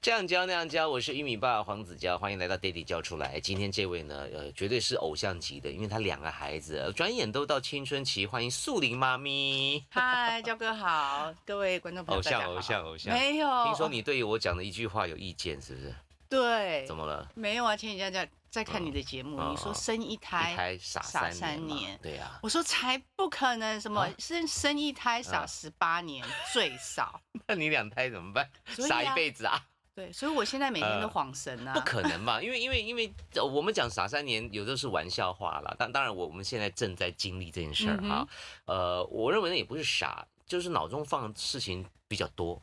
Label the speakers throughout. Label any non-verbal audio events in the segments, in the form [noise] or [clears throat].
Speaker 1: 这样教那样教，我是玉米爸黄子佼，欢迎来到 Daddy 教出来。今天这位呢，呃，绝对是偶像级的，因为他两个孩子呃转眼都到青春期，欢迎素玲妈咪。 [laughs]
Speaker 2: 嗨，焦哥好，各位观众朋
Speaker 1: 偶
Speaker 2: 友大家
Speaker 1: 像，
Speaker 2: 好。
Speaker 1: 偶像，偶像。
Speaker 2: 没有，
Speaker 1: 听说你对于我讲的一句话有意见，是不是？
Speaker 2: 对
Speaker 1: 怎么了？
Speaker 2: 没有啊？前几天在在看你的节目，
Speaker 1: 嗯
Speaker 2: 你说生一
Speaker 1: 一
Speaker 2: 胎，
Speaker 1: 胎傻
Speaker 2: 傻
Speaker 1: 三
Speaker 2: 三
Speaker 1: 嘛
Speaker 2: 年
Speaker 1: 对啊呀、
Speaker 2: 我说才不可能，什么
Speaker 1: 啊
Speaker 2: 生生一胎
Speaker 1: 啊
Speaker 2: 少十八年最少，
Speaker 1: [laughs] 那你两胎怎么办？
Speaker 2: 所以
Speaker 1: 傻
Speaker 2: 啊
Speaker 1: 一辈子啊？
Speaker 2: 对，所以我现在每天
Speaker 1: 呃
Speaker 2: 都晃神啊。
Speaker 1: 不可能吧？因为因为因为呃我们讲傻三年，有的是玩笑话啦。但当然，我们现在正在经历这件事儿
Speaker 2: 嗯
Speaker 1: 哈。呃，我认为也不是傻，就是脑中放的事情比较多。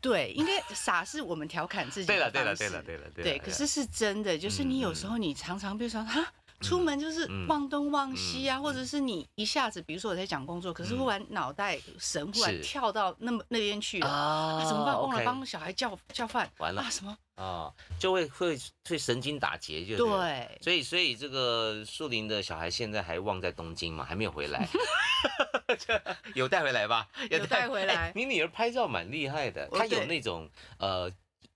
Speaker 2: 对，应该傻是我们调侃自己
Speaker 1: 对了，
Speaker 2: 的
Speaker 1: 对了，
Speaker 2: 方
Speaker 1: 对了，
Speaker 2: 式。
Speaker 1: 对啊了，
Speaker 2: 对，
Speaker 1: 了
Speaker 2: 可是是真的，就是你有时候你常常，比如说哈，出门就是
Speaker 1: 嗯
Speaker 2: 忘东忘西啊，或者是你一下子，比如说我在讲工作，可是忽然脑袋神忽
Speaker 1: 嗯是
Speaker 2: 然跳到那么那边去了，
Speaker 1: 啊
Speaker 2: 啊，怎么办？忘了
Speaker 1: OK
Speaker 2: 帮小孩叫叫饭，
Speaker 1: 完了
Speaker 2: 啊什么？
Speaker 1: 啊，就会会会神经打结，就对了。
Speaker 2: 对，
Speaker 1: 所以，所以这个树林的小孩现在还忘在东京嘛，还没有回来， [laughs] 有带回来吧？
Speaker 2: 有带回来
Speaker 1: 哎你女儿拍照蛮厉害的，
Speaker 2: 哦
Speaker 1: 她有
Speaker 2: 对
Speaker 1: 那种呃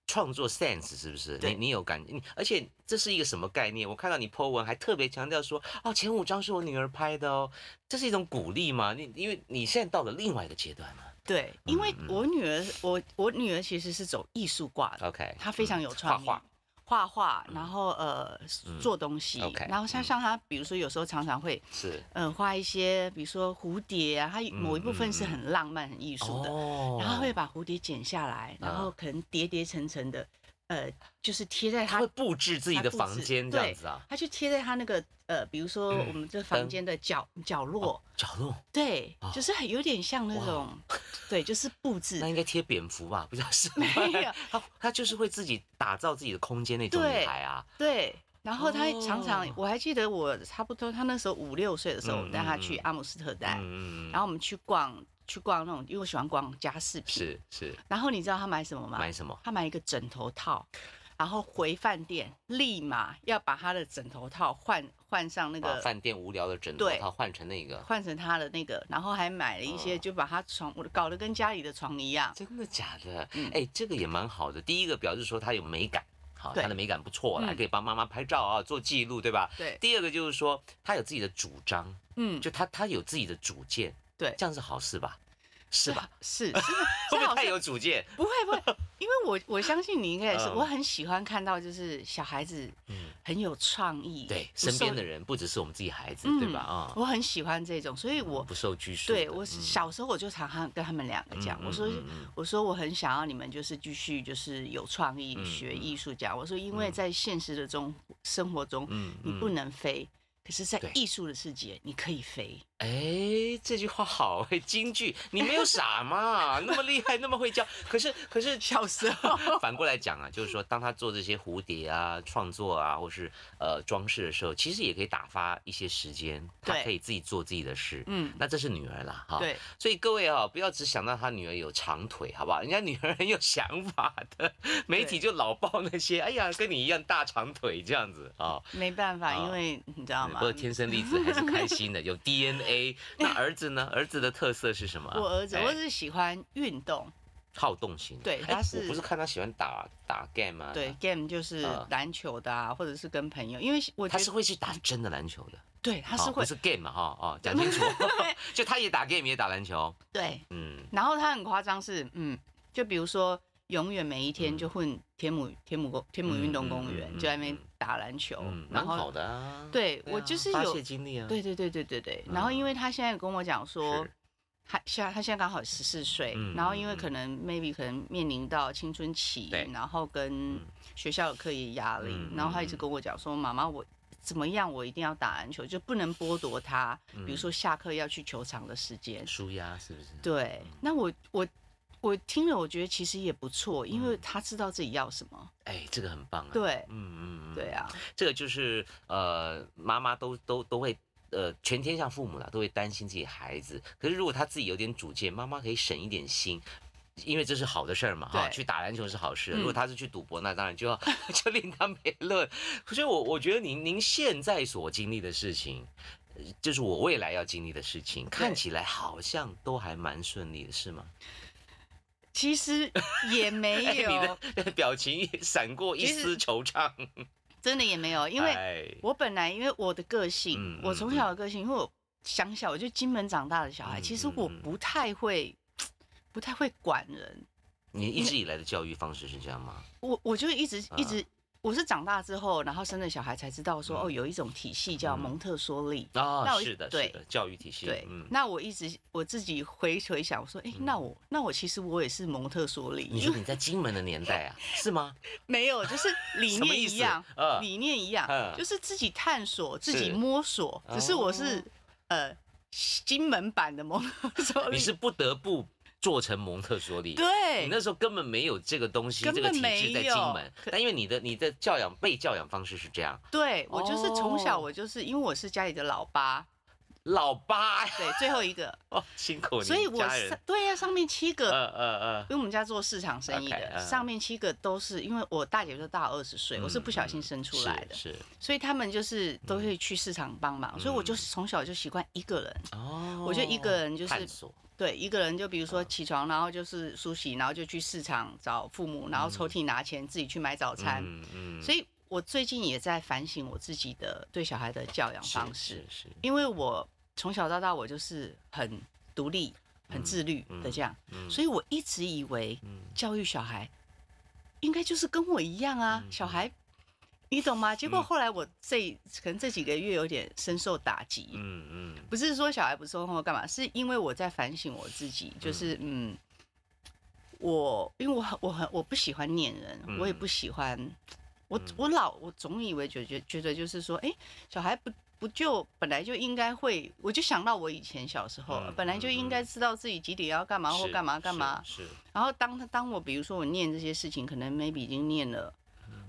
Speaker 1: 创作 sense，是不是？你
Speaker 2: 对
Speaker 1: 你有感，你而且这是一个什么概念？我看到你 po 文还特别强调说，哦，前五张是我女儿拍的哦，这是一种鼓励嘛？你因为你现在到了另外一个阶段嘛
Speaker 2: 对，因
Speaker 1: 嗯
Speaker 2: 为我女儿，我我女儿其实是走艺术挂的，
Speaker 1: ，OK？嗯
Speaker 2: 她非常有创意，
Speaker 1: 画画嗯
Speaker 2: 画画，然后呃做东西
Speaker 1: OK，，嗯
Speaker 2: 然后像像她，比如说有时候常常会
Speaker 1: 是
Speaker 2: 呃画一些，比如说蝴蝶啊，它某一部分
Speaker 1: 嗯
Speaker 2: 是很浪漫、很艺术的，
Speaker 1: 哦啊
Speaker 2: 然后她会把蝴蝶剪下来，然后可能叠叠层层的，呃，就是贴在
Speaker 1: 她
Speaker 2: 她
Speaker 1: 会布置自己的
Speaker 2: 她布置
Speaker 1: 房间这样子啊，
Speaker 2: 她就贴在她那个呃，比如说我们这房间的角
Speaker 1: 哦
Speaker 2: 角落，
Speaker 1: 角落。
Speaker 2: 对
Speaker 1: 哦，
Speaker 2: 就是很有点像那种， [laughs] 对，就是布置
Speaker 1: 那。应该贴蝙蝠吧？不知道是吗
Speaker 2: 没有，
Speaker 1: [laughs] 他他就是会自己打造自己的空间那种
Speaker 2: 对
Speaker 1: 女孩啊。
Speaker 2: 对，然后他常常，
Speaker 1: 哦
Speaker 2: 我还记得我差不多他那时候五六岁的时候，
Speaker 1: 嗯
Speaker 2: 我带他去
Speaker 1: 嗯嗯
Speaker 2: 阿姆斯特丹，
Speaker 1: 嗯
Speaker 2: 然后我们去逛去逛那种，因为我喜欢逛家饰品。
Speaker 1: 是是
Speaker 2: 然后你知道他买什么吗？
Speaker 1: 买什么？
Speaker 2: 他买一个枕头套，然后回饭店立马要把他的枕头套换换上那
Speaker 1: 把
Speaker 2: 个。
Speaker 1: 啊饭店无聊的枕头
Speaker 2: 对
Speaker 1: 套换成那个，
Speaker 2: 换成他的那个，然后还买了一些，
Speaker 1: 哦
Speaker 2: 就把他床搞得跟家里的床一样。
Speaker 1: 真的假的？
Speaker 2: 嗯
Speaker 1: 哎，这个也蛮好的。第一个表示说他有美感。好，
Speaker 2: 对
Speaker 1: 他的美感不错啦，
Speaker 2: 嗯
Speaker 1: 还可以帮妈妈拍照啊，做记录，对吧？
Speaker 2: 对
Speaker 1: 第二个就是说，他有自己的主张，
Speaker 2: 嗯，
Speaker 1: 就他他有自己的主见，
Speaker 2: 对
Speaker 1: 这样是好事吧？是
Speaker 2: [laughs]
Speaker 1: 吧？
Speaker 2: 是是，
Speaker 1: 会
Speaker 2: 是
Speaker 1: 不
Speaker 2: 好
Speaker 1: 会太
Speaker 2: 像
Speaker 1: 有主见？
Speaker 2: 不会不会，因为我我相信你应该也是，
Speaker 1: 嗯
Speaker 2: 我很喜欢看到就是小孩子很有创意，
Speaker 1: 对，
Speaker 2: 不
Speaker 1: 身边
Speaker 2: 嗯受
Speaker 1: 的人不只是我们自己孩子，
Speaker 2: 嗯
Speaker 1: 对吧？啊，
Speaker 2: 我很喜欢这种，所以我
Speaker 1: 嗯不受拘束的。
Speaker 2: 对我
Speaker 1: 嗯
Speaker 2: 小时候我就常常跟他们两个讲，
Speaker 1: 嗯
Speaker 2: 我说
Speaker 1: 嗯嗯嗯
Speaker 2: 我说我很想要你们就是继续就是有创意、
Speaker 1: 嗯
Speaker 2: 学艺术家，我说因为在现实的中生活中、
Speaker 1: 嗯
Speaker 2: 你不能飞，可是在
Speaker 1: 对
Speaker 2: 艺术的世界你可以飞。 [laughs]
Speaker 1: 哎，这句话好 [laughs] 哎，京剧，你没有傻嘛？那么厉害，那么会教，可是可是
Speaker 2: 小时候
Speaker 1: 反过来讲啊，就是说，当他做这些蝴蝶啊、创作啊，或是呃装饰的时候，其实也可以打发一些时间，他
Speaker 2: 对
Speaker 1: 可以自己做自己的事。
Speaker 2: 嗯
Speaker 1: 那这是女儿啦，哈。
Speaker 2: 对，
Speaker 1: 所以各位啊，不要只想到他女儿有长腿，好不好？人家女儿很有想法的， [laughs] 媒体就老爆那些，哎呀，跟你一样大长腿这样子啊。
Speaker 2: 没办法，
Speaker 1: 哦
Speaker 2: 因为你知道吗
Speaker 1: 不？过天生丽质还是开心的，
Speaker 2: [laughs]
Speaker 1: 有 DNA。那儿子呢？儿子的特色是什么啊？
Speaker 2: 我儿子
Speaker 1: 哎
Speaker 2: 我只喜欢运动，
Speaker 1: 好动型。
Speaker 2: 对
Speaker 1: 哎
Speaker 2: 他是
Speaker 1: 我不是看他喜欢打打 game 啊吗？
Speaker 2: 对，，game 就是
Speaker 1: 啊
Speaker 2: 篮球的啊，或者是跟朋友，因为我觉
Speaker 1: 他
Speaker 2: 得
Speaker 1: 是会去打真的篮球的。
Speaker 2: 对，他
Speaker 1: 他
Speaker 2: 是会、
Speaker 1: 不是 game 嘛？哈
Speaker 2: [laughs]
Speaker 1: 哦，讲清楚， [laughs] 就他也打 game 也打篮球。
Speaker 2: 对，
Speaker 1: 嗯，
Speaker 2: 然后他很夸张是，嗯，就比如说永远每一天就混天母、天母公天母运动公园，
Speaker 1: 嗯嗯嗯嗯
Speaker 2: 就在那边打篮球，
Speaker 1: 嗯，蛮
Speaker 2: 然
Speaker 1: 好
Speaker 2: 后
Speaker 1: 的啊。
Speaker 2: 对
Speaker 1: 啊
Speaker 2: 我就是
Speaker 1: 发泄
Speaker 2: 有
Speaker 1: 精力啊。
Speaker 2: 对对对对对对，然后因为他现在跟我讲说
Speaker 1: 嗯是。
Speaker 2: 他现在他现在刚好十四岁
Speaker 1: 嗯，
Speaker 2: 然后因为可能 maybe 可能面临到青春期
Speaker 1: 对，
Speaker 2: 然后跟学校有课业压力
Speaker 1: 嗯，
Speaker 2: 然后他一直跟我讲说，妈妈我怎么样，我一定要打篮球，就不能剥夺他，
Speaker 1: 嗯
Speaker 2: 比如说下课要去球场的时间。
Speaker 1: 舒压是不是？
Speaker 2: 对，那我我我听了，我觉得其实也不错，因
Speaker 1: 嗯
Speaker 2: 为他知道自己要什么。
Speaker 1: 哎，这个很棒啊。
Speaker 2: 对
Speaker 1: 嗯，嗯嗯，
Speaker 2: 对啊，
Speaker 1: 这个就是呃，妈妈都都都会。呃，全天下父母啦都会担心自己孩子，可是如果他自己有点主见，妈妈可以省一点心，因为这是好的事儿嘛，哈，
Speaker 2: 对
Speaker 1: 去打篮球是好事。
Speaker 2: 嗯
Speaker 1: 如果他是去赌博，那当然就要 [laughs] 就另当别论。所以我，我觉得您您现在所经历的事情，就是我未来要经历的事情，看起来好像都还蛮顺利的，是吗？
Speaker 2: [laughs]
Speaker 1: [laughs]
Speaker 2: 其实也没有，
Speaker 1: 哎你的表情闪过一丝惆怅，
Speaker 2: 真的也没有，因为
Speaker 1: 哎
Speaker 2: 我本来因为我的个性，
Speaker 1: 嗯
Speaker 2: 我
Speaker 1: 嗯
Speaker 2: 从小的个性，因为我乡下，我就金门长大的小孩，
Speaker 1: 嗯
Speaker 2: 其实
Speaker 1: 嗯
Speaker 2: 我
Speaker 1: 嗯
Speaker 2: 不太会，不太会管人，
Speaker 1: 你一直以来的教育方式是这样吗？
Speaker 2: 我我就一直
Speaker 1: 啊
Speaker 2: 一直。我是长大之后，然后生了小孩才知道说，
Speaker 1: 嗯
Speaker 2: 哦，有一种体系叫
Speaker 1: 嗯
Speaker 2: 蒙特梭利。那
Speaker 1: 啊，
Speaker 2: 我
Speaker 1: 是的，
Speaker 2: 对
Speaker 1: 是的，教育体系，
Speaker 2: 对，
Speaker 1: 嗯，
Speaker 2: 那我一直我自己回回想，我说，哎、那我那我其实我也是蒙特梭利，
Speaker 1: 你
Speaker 2: 因
Speaker 1: 说 [laughs]
Speaker 2: 为
Speaker 1: 你在金门的年代
Speaker 2: [laughs]
Speaker 1: 啊，是吗？
Speaker 2: 没有，就是理
Speaker 1: 什么
Speaker 2: 念
Speaker 1: 意
Speaker 2: 一
Speaker 1: 思
Speaker 2: 样，
Speaker 1: 呃
Speaker 2: 理念一样，
Speaker 1: 嗯
Speaker 2: 就是自己探索，自己
Speaker 1: 是
Speaker 2: 摸索。只是我是、
Speaker 1: 哦
Speaker 2: 呃金门版的蒙特梭利，
Speaker 1: 你是不得不做成蒙特梭利，你
Speaker 2: 哦对，
Speaker 1: 那时候根本没有这个东西，
Speaker 2: 根
Speaker 1: 这个
Speaker 2: 本
Speaker 1: 体
Speaker 2: 没
Speaker 1: 制在金
Speaker 2: 有
Speaker 1: 门，
Speaker 2: 可
Speaker 1: 但因为你的你的教养被教养方式是这样，
Speaker 2: 对我就是从小
Speaker 1: 哦
Speaker 2: 我就是因为我是家里的老八，
Speaker 1: 老八呀， [laughs]
Speaker 2: 对，最后一个，
Speaker 1: 哦，辛苦你
Speaker 2: 所以我
Speaker 1: 家人
Speaker 2: 上，对呀、上面七个。
Speaker 1: 呃呃
Speaker 2: 因为我们家做市场生意的
Speaker 1: OK，嗯
Speaker 2: 上面七个都是因为我大姐就大我二十岁，
Speaker 1: 呃，
Speaker 2: 我是不小心
Speaker 1: 嗯
Speaker 2: 生出
Speaker 1: 是
Speaker 2: 来的，
Speaker 1: 是
Speaker 2: 所以他们就是都
Speaker 1: 嗯
Speaker 2: 会去市场帮忙，所以我就是从小就习惯一个人，
Speaker 1: 哦，
Speaker 2: 我就一个人就是
Speaker 1: 探嗯索，
Speaker 2: 对，一个人就比如说起床，然后就是梳洗，然后就去市场找父母，然后抽屉拿钱，自己去买早餐。
Speaker 1: 嗯嗯
Speaker 2: 所以我最近也在反省我自己的对小孩的教养方式
Speaker 1: 是，是，是
Speaker 2: 因为我从小到大我就是很独立、很自律的这样，
Speaker 1: 嗯
Speaker 2: 所以我一直以为
Speaker 1: 嗯
Speaker 2: 教育小孩应该就是跟我一样
Speaker 1: 嗯
Speaker 2: 啊，小孩。你懂吗？结果后来我这可能这几个月有点深受打击，
Speaker 1: 嗯嗯
Speaker 2: 不是说小孩不受控干嘛，是因为我在反省我自己，就是嗯，我因为我很我很我不喜欢念人，
Speaker 1: 嗯
Speaker 2: 我也不喜欢我、我老我总以为觉觉觉得就是说，哎、小孩不不就本来就应该会，我就想到我以前小时候、
Speaker 1: 嗯
Speaker 2: 本来就应该知道自己几点要干嘛或
Speaker 1: 是
Speaker 2: 干嘛干嘛，
Speaker 1: 是是
Speaker 2: 然后当他当我比如说我念这些事情，可能 maybe 已经念了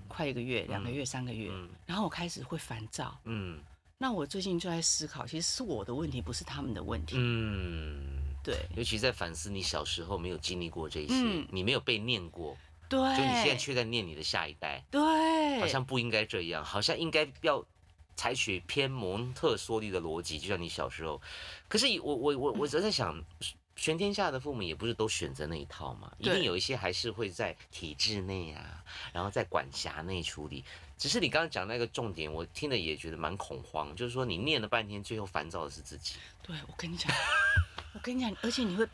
Speaker 2: 快一个月、两个月、三个月，
Speaker 1: 嗯
Speaker 2: 然后我开始会烦躁。
Speaker 1: 嗯
Speaker 2: 那我最近就在思考，其实是我的问题，不是他们的问题。
Speaker 1: 嗯，
Speaker 2: 对
Speaker 1: 尤其在反思你小时候没有经历过这些
Speaker 2: 嗯，
Speaker 1: 你没有被念过，
Speaker 2: 对，
Speaker 1: 就你现在却在念你的下一代，
Speaker 2: 对，
Speaker 1: 好像不应该这样，好像应该要采取偏蒙特梭利的逻辑，就像你小时候。可是我我我我则在想，全天下的父母也不是都选择那一套嘛，一
Speaker 2: 对
Speaker 1: 定有一些还是会在体制内啊，然后在管辖内处理。只是你刚刚讲那个重点，我听了也觉得蛮恐慌，就是说你念了半天，最后烦躁的是自己。
Speaker 2: 对我跟你讲，我跟你讲，而且你会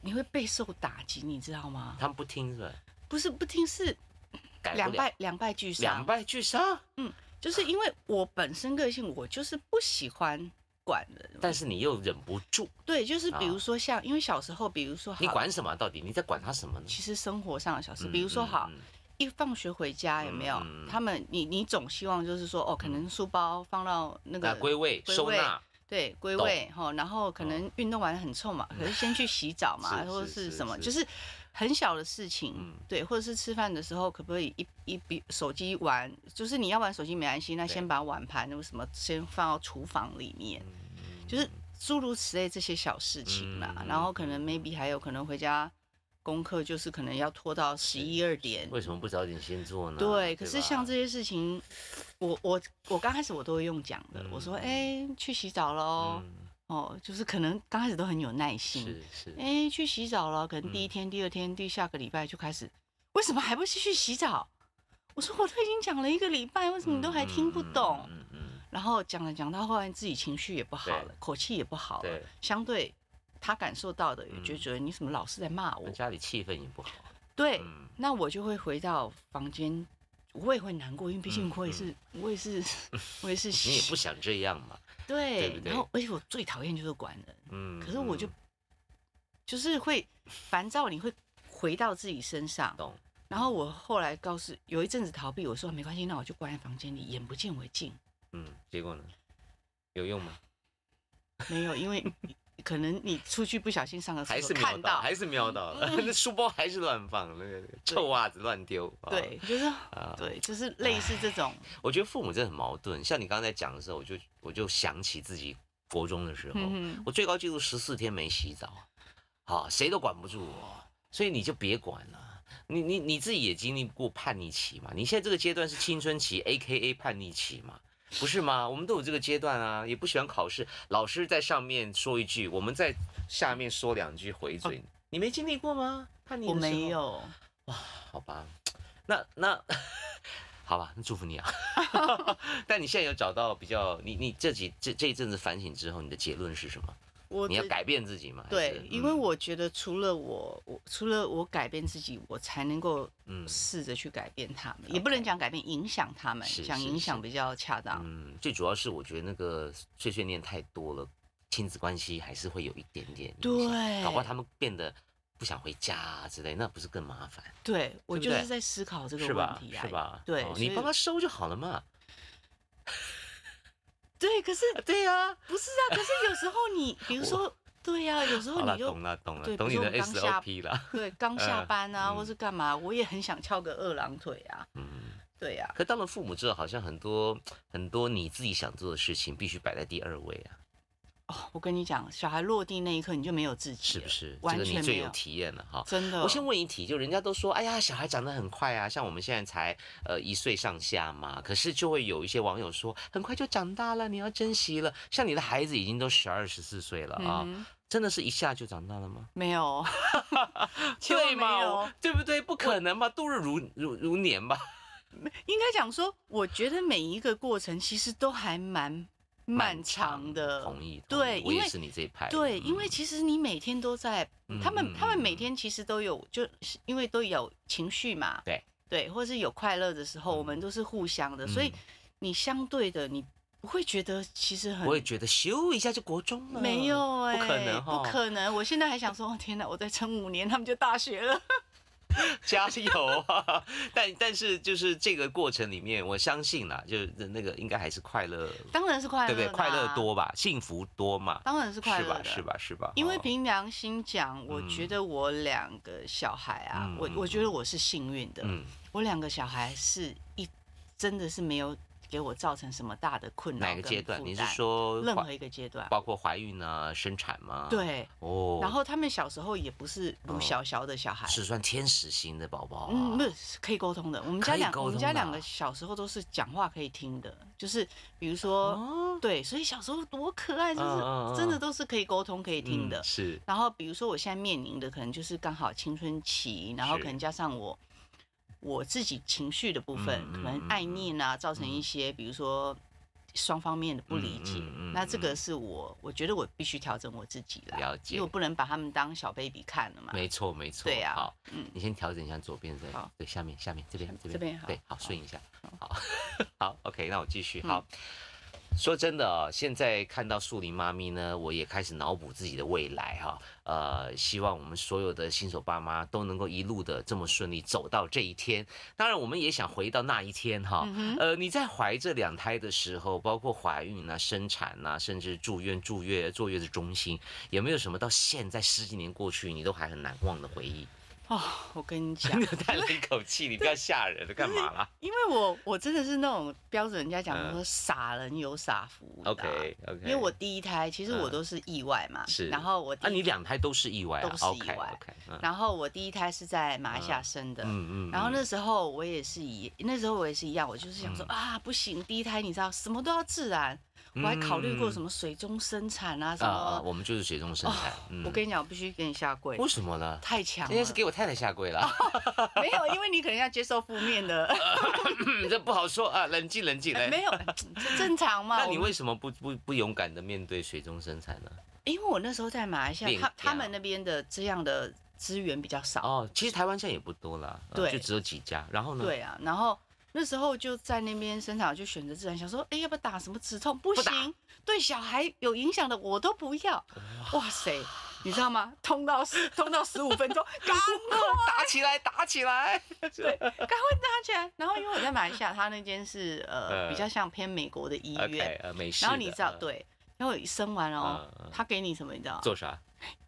Speaker 2: 你会备受打击，你知道吗？
Speaker 1: 他们不听是吧？
Speaker 2: 不是不听是
Speaker 1: 改
Speaker 2: 两
Speaker 1: 不了，
Speaker 2: 败两败俱
Speaker 1: 两
Speaker 2: 伤，
Speaker 1: 败俱伤。
Speaker 2: 就是因为我本身个性，我就是不喜欢管人。
Speaker 1: 但是你又忍不住，
Speaker 2: 对，就是比如
Speaker 1: 啊
Speaker 2: 说像，因为小时候，比如说好，
Speaker 1: 你管什么啊？到底你在管他什么呢？
Speaker 2: 其实生活上的小事，比如说
Speaker 1: 嗯
Speaker 2: 好，
Speaker 1: 嗯
Speaker 2: 一放学回家有没有？
Speaker 1: 嗯嗯嗯
Speaker 2: 他们你你总希望就是说，哦，可能书包放到那
Speaker 1: 嗯啊
Speaker 2: 个
Speaker 1: 归位
Speaker 2: 归
Speaker 1: 收
Speaker 2: 位
Speaker 1: 纳，
Speaker 2: 对，归
Speaker 1: 懂
Speaker 2: 位哈，吼然后可能运动完很臭嘛，可是先去洗澡嘛，
Speaker 1: 嗯是
Speaker 2: 或者
Speaker 1: 是
Speaker 2: 是
Speaker 1: 是
Speaker 2: 什么，
Speaker 1: 是
Speaker 2: 就是很小的事情，
Speaker 1: 嗯
Speaker 2: 对，或者是吃饭的时候可不可以一一比手机玩，就是你要玩手机没关系，那
Speaker 1: 对嗯
Speaker 2: 先把碗盘或什么先放到厨房里面，就是诸如此类这些小事情啦。
Speaker 1: 嗯
Speaker 2: 然后可能 maybe 还有可能回家功课就是可能要拖到十一二点，
Speaker 1: 为什么不早点先做呢？
Speaker 2: 对，可是
Speaker 1: 吧
Speaker 2: 像这些事情，我我我刚开始我都会用讲的，我说哎、去洗澡喽。
Speaker 1: 嗯
Speaker 2: 哦，就是可能刚开始都很有耐心，
Speaker 1: 是嗯是，
Speaker 2: 哎，去洗澡了，可能第一天、第二天、第下个礼拜就开始，为什么还不继续洗澡？我说我都已经讲了一个礼拜，为什么你都还听不懂？
Speaker 1: 嗯嗯嗯，
Speaker 2: 然后讲了讲到后来，自己情绪也不好了
Speaker 1: 对，
Speaker 2: 口气也不好了
Speaker 1: 对，嗯
Speaker 2: 相对他感受到的，也就觉得你怎么老是在骂我
Speaker 1: 那？家里气氛也不好，
Speaker 2: 对，
Speaker 1: 嗯，
Speaker 2: 那我就会回到房间，我也会难过，因为毕竟我也是，我也
Speaker 1: [laughs]
Speaker 2: 是，我也是，
Speaker 1: 嗯你也不想这样嘛，
Speaker 2: 对，
Speaker 1: 对不对
Speaker 2: 然后而且我最讨厌就是管人。
Speaker 1: 嗯，
Speaker 2: 可是我就
Speaker 1: 嗯
Speaker 2: 就是会烦躁，你会回到自己身上。
Speaker 1: 懂，
Speaker 2: 然后我后来告诉，有一阵子逃避，我说没关系，那我就关在房间里，眼不见为净。
Speaker 1: 嗯，结果呢？有用吗？
Speaker 2: 没有，
Speaker 1: [laughs]
Speaker 2: 因为可能你出去不小心上个
Speaker 1: 还
Speaker 2: 厕
Speaker 1: 是
Speaker 2: 所
Speaker 1: 瞄
Speaker 2: 看
Speaker 1: 到，
Speaker 2: 到，嗯
Speaker 1: 还是瞄到了， [laughs] 那书包还是乱放，那个臭袜子乱丢。啊
Speaker 2: 对，就是、对，就是类似这种，
Speaker 1: 我觉得父母真的很矛盾。像你刚才讲的时候，我就我就想起自己国中的时候，
Speaker 2: 嗯哼
Speaker 1: 我最高纪录十四天没洗澡，啊，谁都管不住我，所以你就别管了。你你你自己也经历过叛逆期嘛？你现在这个阶段是青春期，A K A 叛逆期嘛？不是吗？我们都有这个阶段啊，也不喜欢考试，老师在上面说一句，我们在下面说两句回嘴，你没经历过吗？叛逆
Speaker 2: 哦嗯我
Speaker 1: 的时候
Speaker 2: 没，有，
Speaker 1: 好吧，那那 [laughs] 好吧，那祝福你啊。 [laughs] 但你现在有找到比较，你你这几这这一阵子反省之后，你的结论是什么？
Speaker 2: 我
Speaker 1: 你要
Speaker 2: 的
Speaker 1: 改变自己吗？还是
Speaker 2: 对，因为
Speaker 1: 嗯
Speaker 2: 我觉得除了我，我除了我改变自己，我才能够
Speaker 1: 嗯
Speaker 2: 试着去改变他们，也不能讲改变，影响他们，
Speaker 1: 是
Speaker 2: 讲
Speaker 1: 是
Speaker 2: 影响
Speaker 1: 是
Speaker 2: 比较恰当。
Speaker 1: 嗯，最主要是我觉得那个碎碎念太多了，亲子关系还是会有一点点影响
Speaker 2: 对
Speaker 1: 搞不好他们变得不想回家啊之类，那不是更麻烦，
Speaker 2: 对，我
Speaker 1: 对不
Speaker 2: 就是
Speaker 1: 对
Speaker 2: 在思考这个
Speaker 1: 是
Speaker 2: 问
Speaker 1: 吧？
Speaker 2: 题啊，
Speaker 1: 是吧？
Speaker 2: 对
Speaker 1: 哦
Speaker 2: 所
Speaker 1: 你
Speaker 2: 以
Speaker 1: 帮他收就好了嘛。[laughs]
Speaker 2: 对，可是
Speaker 1: 对呀、
Speaker 2: 不是啊？可是有时候你，比如
Speaker 1: 我
Speaker 2: 说，对呀、有时候
Speaker 1: 好了，
Speaker 2: 你就
Speaker 1: 懂了，懂了，
Speaker 2: 对比如
Speaker 1: 懂你
Speaker 2: 说
Speaker 1: 的
Speaker 2: 我们刚下
Speaker 1: SOP 了。
Speaker 2: 对刚下
Speaker 1: 呃
Speaker 2: 班啊，或
Speaker 1: 嗯
Speaker 2: 是干嘛，我也很想翘个二郎腿啊，
Speaker 1: 嗯，
Speaker 2: 对呀、
Speaker 1: 可当了父母之后，好像很多很多你自己想做的事情必须摆在第二位啊，
Speaker 2: 哦，我跟你讲，小孩落地那一刻你就没有自己
Speaker 1: 是
Speaker 2: 了，
Speaker 1: 不是？这
Speaker 2: 完
Speaker 1: 个你
Speaker 2: 全
Speaker 1: 最
Speaker 2: 没
Speaker 1: 有
Speaker 2: 有，
Speaker 1: 体验了哈。
Speaker 2: 真的。
Speaker 1: 我先问一题，就人家都说，哎呀，小孩长得很快啊，像我们现在才呃一岁上下嘛，可是就会有一些网友说，很快就长大了，你要珍惜了。像你的孩子已经都十二十四岁了啊，
Speaker 2: 嗯哼
Speaker 1: 真的是一下就长大了吗？[laughs]
Speaker 2: 没有，千万
Speaker 1: 对
Speaker 2: 没
Speaker 1: 嘛，
Speaker 2: 有
Speaker 1: 我对不对？不可能吧，度日如如如年吧，
Speaker 2: 应该讲说，我觉得每一个过程其实都还蛮漫长的。
Speaker 1: 同意，同
Speaker 2: 对
Speaker 1: 意我
Speaker 2: 因
Speaker 1: 也
Speaker 2: 为
Speaker 1: 是你这一派的，
Speaker 2: 对，因为
Speaker 1: 嗯
Speaker 2: 其实你每天都在，他
Speaker 1: 嗯
Speaker 2: 们他们
Speaker 1: 嗯
Speaker 2: 每天其实都有，就是因为都有情绪嘛，
Speaker 1: 对
Speaker 2: 对，或是有快乐的时候，我们都是互相的，所以
Speaker 1: 嗯
Speaker 2: 你相对的，你不会觉得其实很
Speaker 1: 我也觉得咻一下就国中了，
Speaker 2: 嗯没有哎、
Speaker 1: 不可能哦
Speaker 2: 不
Speaker 1: 哈，
Speaker 2: 可能！我现在还想说，哦天哪，我再撑五年，他们就大学了。 [laughs]
Speaker 1: 加油啊！ [laughs] 但但是就是这个过程里面，我相信啦，就是那个应该还是快乐，
Speaker 2: 当然是快乐、啊
Speaker 1: 对不对？快乐，多吧，幸福多嘛，
Speaker 2: 当然是快
Speaker 1: 是
Speaker 2: 乐的
Speaker 1: 吧？是吧？是吧？
Speaker 2: 因为
Speaker 1: 哦
Speaker 2: 凭良心讲，我觉
Speaker 1: 嗯
Speaker 2: 得我两个小孩啊，
Speaker 1: 嗯
Speaker 2: 我
Speaker 1: 嗯
Speaker 2: 我觉得我是幸运的，
Speaker 1: 嗯，
Speaker 2: 我两个小孩是一真的是没有给我造成什么大的困扰
Speaker 1: 哪
Speaker 2: 跟
Speaker 1: 个
Speaker 2: 负担。
Speaker 1: 阶段？你是说
Speaker 2: 任
Speaker 1: 怀
Speaker 2: 何一个阶段？
Speaker 1: 包括怀孕啊、生产吗？，
Speaker 2: 对，
Speaker 1: 哦，
Speaker 2: 然后他们小时候也不是鲁小小的小孩，
Speaker 1: 是算天使型的宝宝啊，
Speaker 2: 嗯，不是可以沟通的。我们家
Speaker 1: 可以
Speaker 2: 两
Speaker 1: 沟
Speaker 2: 我们
Speaker 1: 通
Speaker 2: 家
Speaker 1: 的
Speaker 2: 两
Speaker 1: 啊
Speaker 2: 个小时候都是讲话可以听的，就是比如说、
Speaker 1: 哦，
Speaker 2: 对，所以小时候多可爱，就
Speaker 1: 嗯嗯嗯
Speaker 2: 是真的都是可以沟通可以
Speaker 1: 嗯
Speaker 2: 听的。
Speaker 1: 是
Speaker 2: 然后比如说我现在面临的可能就是刚好青春期，然后
Speaker 1: 是
Speaker 2: 可能加上我我自己情绪的部分，
Speaker 1: 嗯嗯
Speaker 2: 可能
Speaker 1: 嗯
Speaker 2: 爱念啊，造成一些比如说双方面的不理解。
Speaker 1: 嗯嗯嗯
Speaker 2: 那这个
Speaker 1: 嗯
Speaker 2: 是我我觉得我必须调整我自己啦，
Speaker 1: 了
Speaker 2: 因为
Speaker 1: 解
Speaker 2: 我，不能把他们当小 baby 看了嘛。
Speaker 1: 没错没错，
Speaker 2: 对啊
Speaker 1: 好，
Speaker 2: 嗯
Speaker 1: 你先调整一下左边，对
Speaker 2: 好
Speaker 1: 对，下面下面这边
Speaker 2: 下
Speaker 1: 这边
Speaker 2: 这边好
Speaker 1: 对，好
Speaker 2: 好嗯
Speaker 1: 顺一下，好 [laughs] 好，OK，那我继续好。说真的哦，现在看到树林妈咪呢，我也开始脑补自己的未来哈、呃，希望我们所有的新手爸妈都能够一路的这么顺利走到这一天。当然，我们也想回到那一天哈、
Speaker 2: 嗯
Speaker 1: 呃，你在怀这两胎的时候，包括怀孕啊、生产啊，甚至住院、住月、坐月子中心，有没有什么到现在十几年过去，你都还很难忘的回忆？ [laughs]
Speaker 2: 哦，我跟你讲
Speaker 1: 你，叹了一口气，你不要吓人了，干嘛
Speaker 2: [laughs]
Speaker 1: 啦
Speaker 2: 因为我我真的是那种标准人家讲
Speaker 1: 嗯
Speaker 2: 说傻人有傻福的啊、
Speaker 1: ？OK OK，
Speaker 2: 因为我第一胎其实
Speaker 1: 嗯
Speaker 2: 我都是意外嘛，
Speaker 1: 是
Speaker 2: 然后我第
Speaker 1: 啊，
Speaker 2: 一
Speaker 1: 你两胎都是意外啊
Speaker 2: 都是意
Speaker 1: OK
Speaker 2: 外
Speaker 1: OK，嗯
Speaker 2: 然后我第一胎是在马来西亚生的，
Speaker 1: 嗯嗯，
Speaker 2: 然后
Speaker 1: 嗯
Speaker 2: 那时候我也是一，那时候我也是一样，我就是想说、啊，不行，第一胎你知道什么都要自然，我还考虑过什么水中生产啊什
Speaker 1: 嗯啊
Speaker 2: 么。
Speaker 1: 啊，我们就是水中生产。嗯
Speaker 2: 我跟你讲，我必须给你下跪，
Speaker 1: 为什么呢？
Speaker 2: 太强
Speaker 1: 今天
Speaker 2: 了哦
Speaker 1: 是。给我太太下 [laughs] 跪了，
Speaker 2: 没有，因为你可能要接受负
Speaker 1: [laughs]
Speaker 2: 面的，
Speaker 1: 这不好说啊，冷静冷静来。
Speaker 2: 哎 [laughs] 没有正常嘛。
Speaker 1: 那你
Speaker 2: 我们
Speaker 1: 为什么不不不勇敢的面对水中生产呢？
Speaker 2: 因为我那时候在马来西亚，
Speaker 1: 练
Speaker 2: 他他
Speaker 1: 家
Speaker 2: 们那边的这样的资源比较少。
Speaker 1: 哦，其实台湾现在也不多啦，呃
Speaker 2: 对
Speaker 1: 就只有几家。然后呢？，
Speaker 2: 对啊，然后那时候就在那边生产，我就选择自然，想说，哎，要不要打什么止痛？不
Speaker 1: 不打
Speaker 2: 行，对小孩有影响的我都不要。哇塞，你知道吗？通到十，通到十五分钟，赶快
Speaker 1: 打起来，打起来。
Speaker 2: 赶快搭起来。然后因为我在马来西亚，他那间是呃比
Speaker 1: 嗯
Speaker 2: 较像偏美国的医
Speaker 1: OK，
Speaker 2: 院，
Speaker 1: 呃，没事的。
Speaker 2: 然后你知道
Speaker 1: 呃，
Speaker 2: 对，然后生完了哦
Speaker 1: 嗯嗯，
Speaker 2: 他给你什么？你知道？
Speaker 1: 做嗯啥？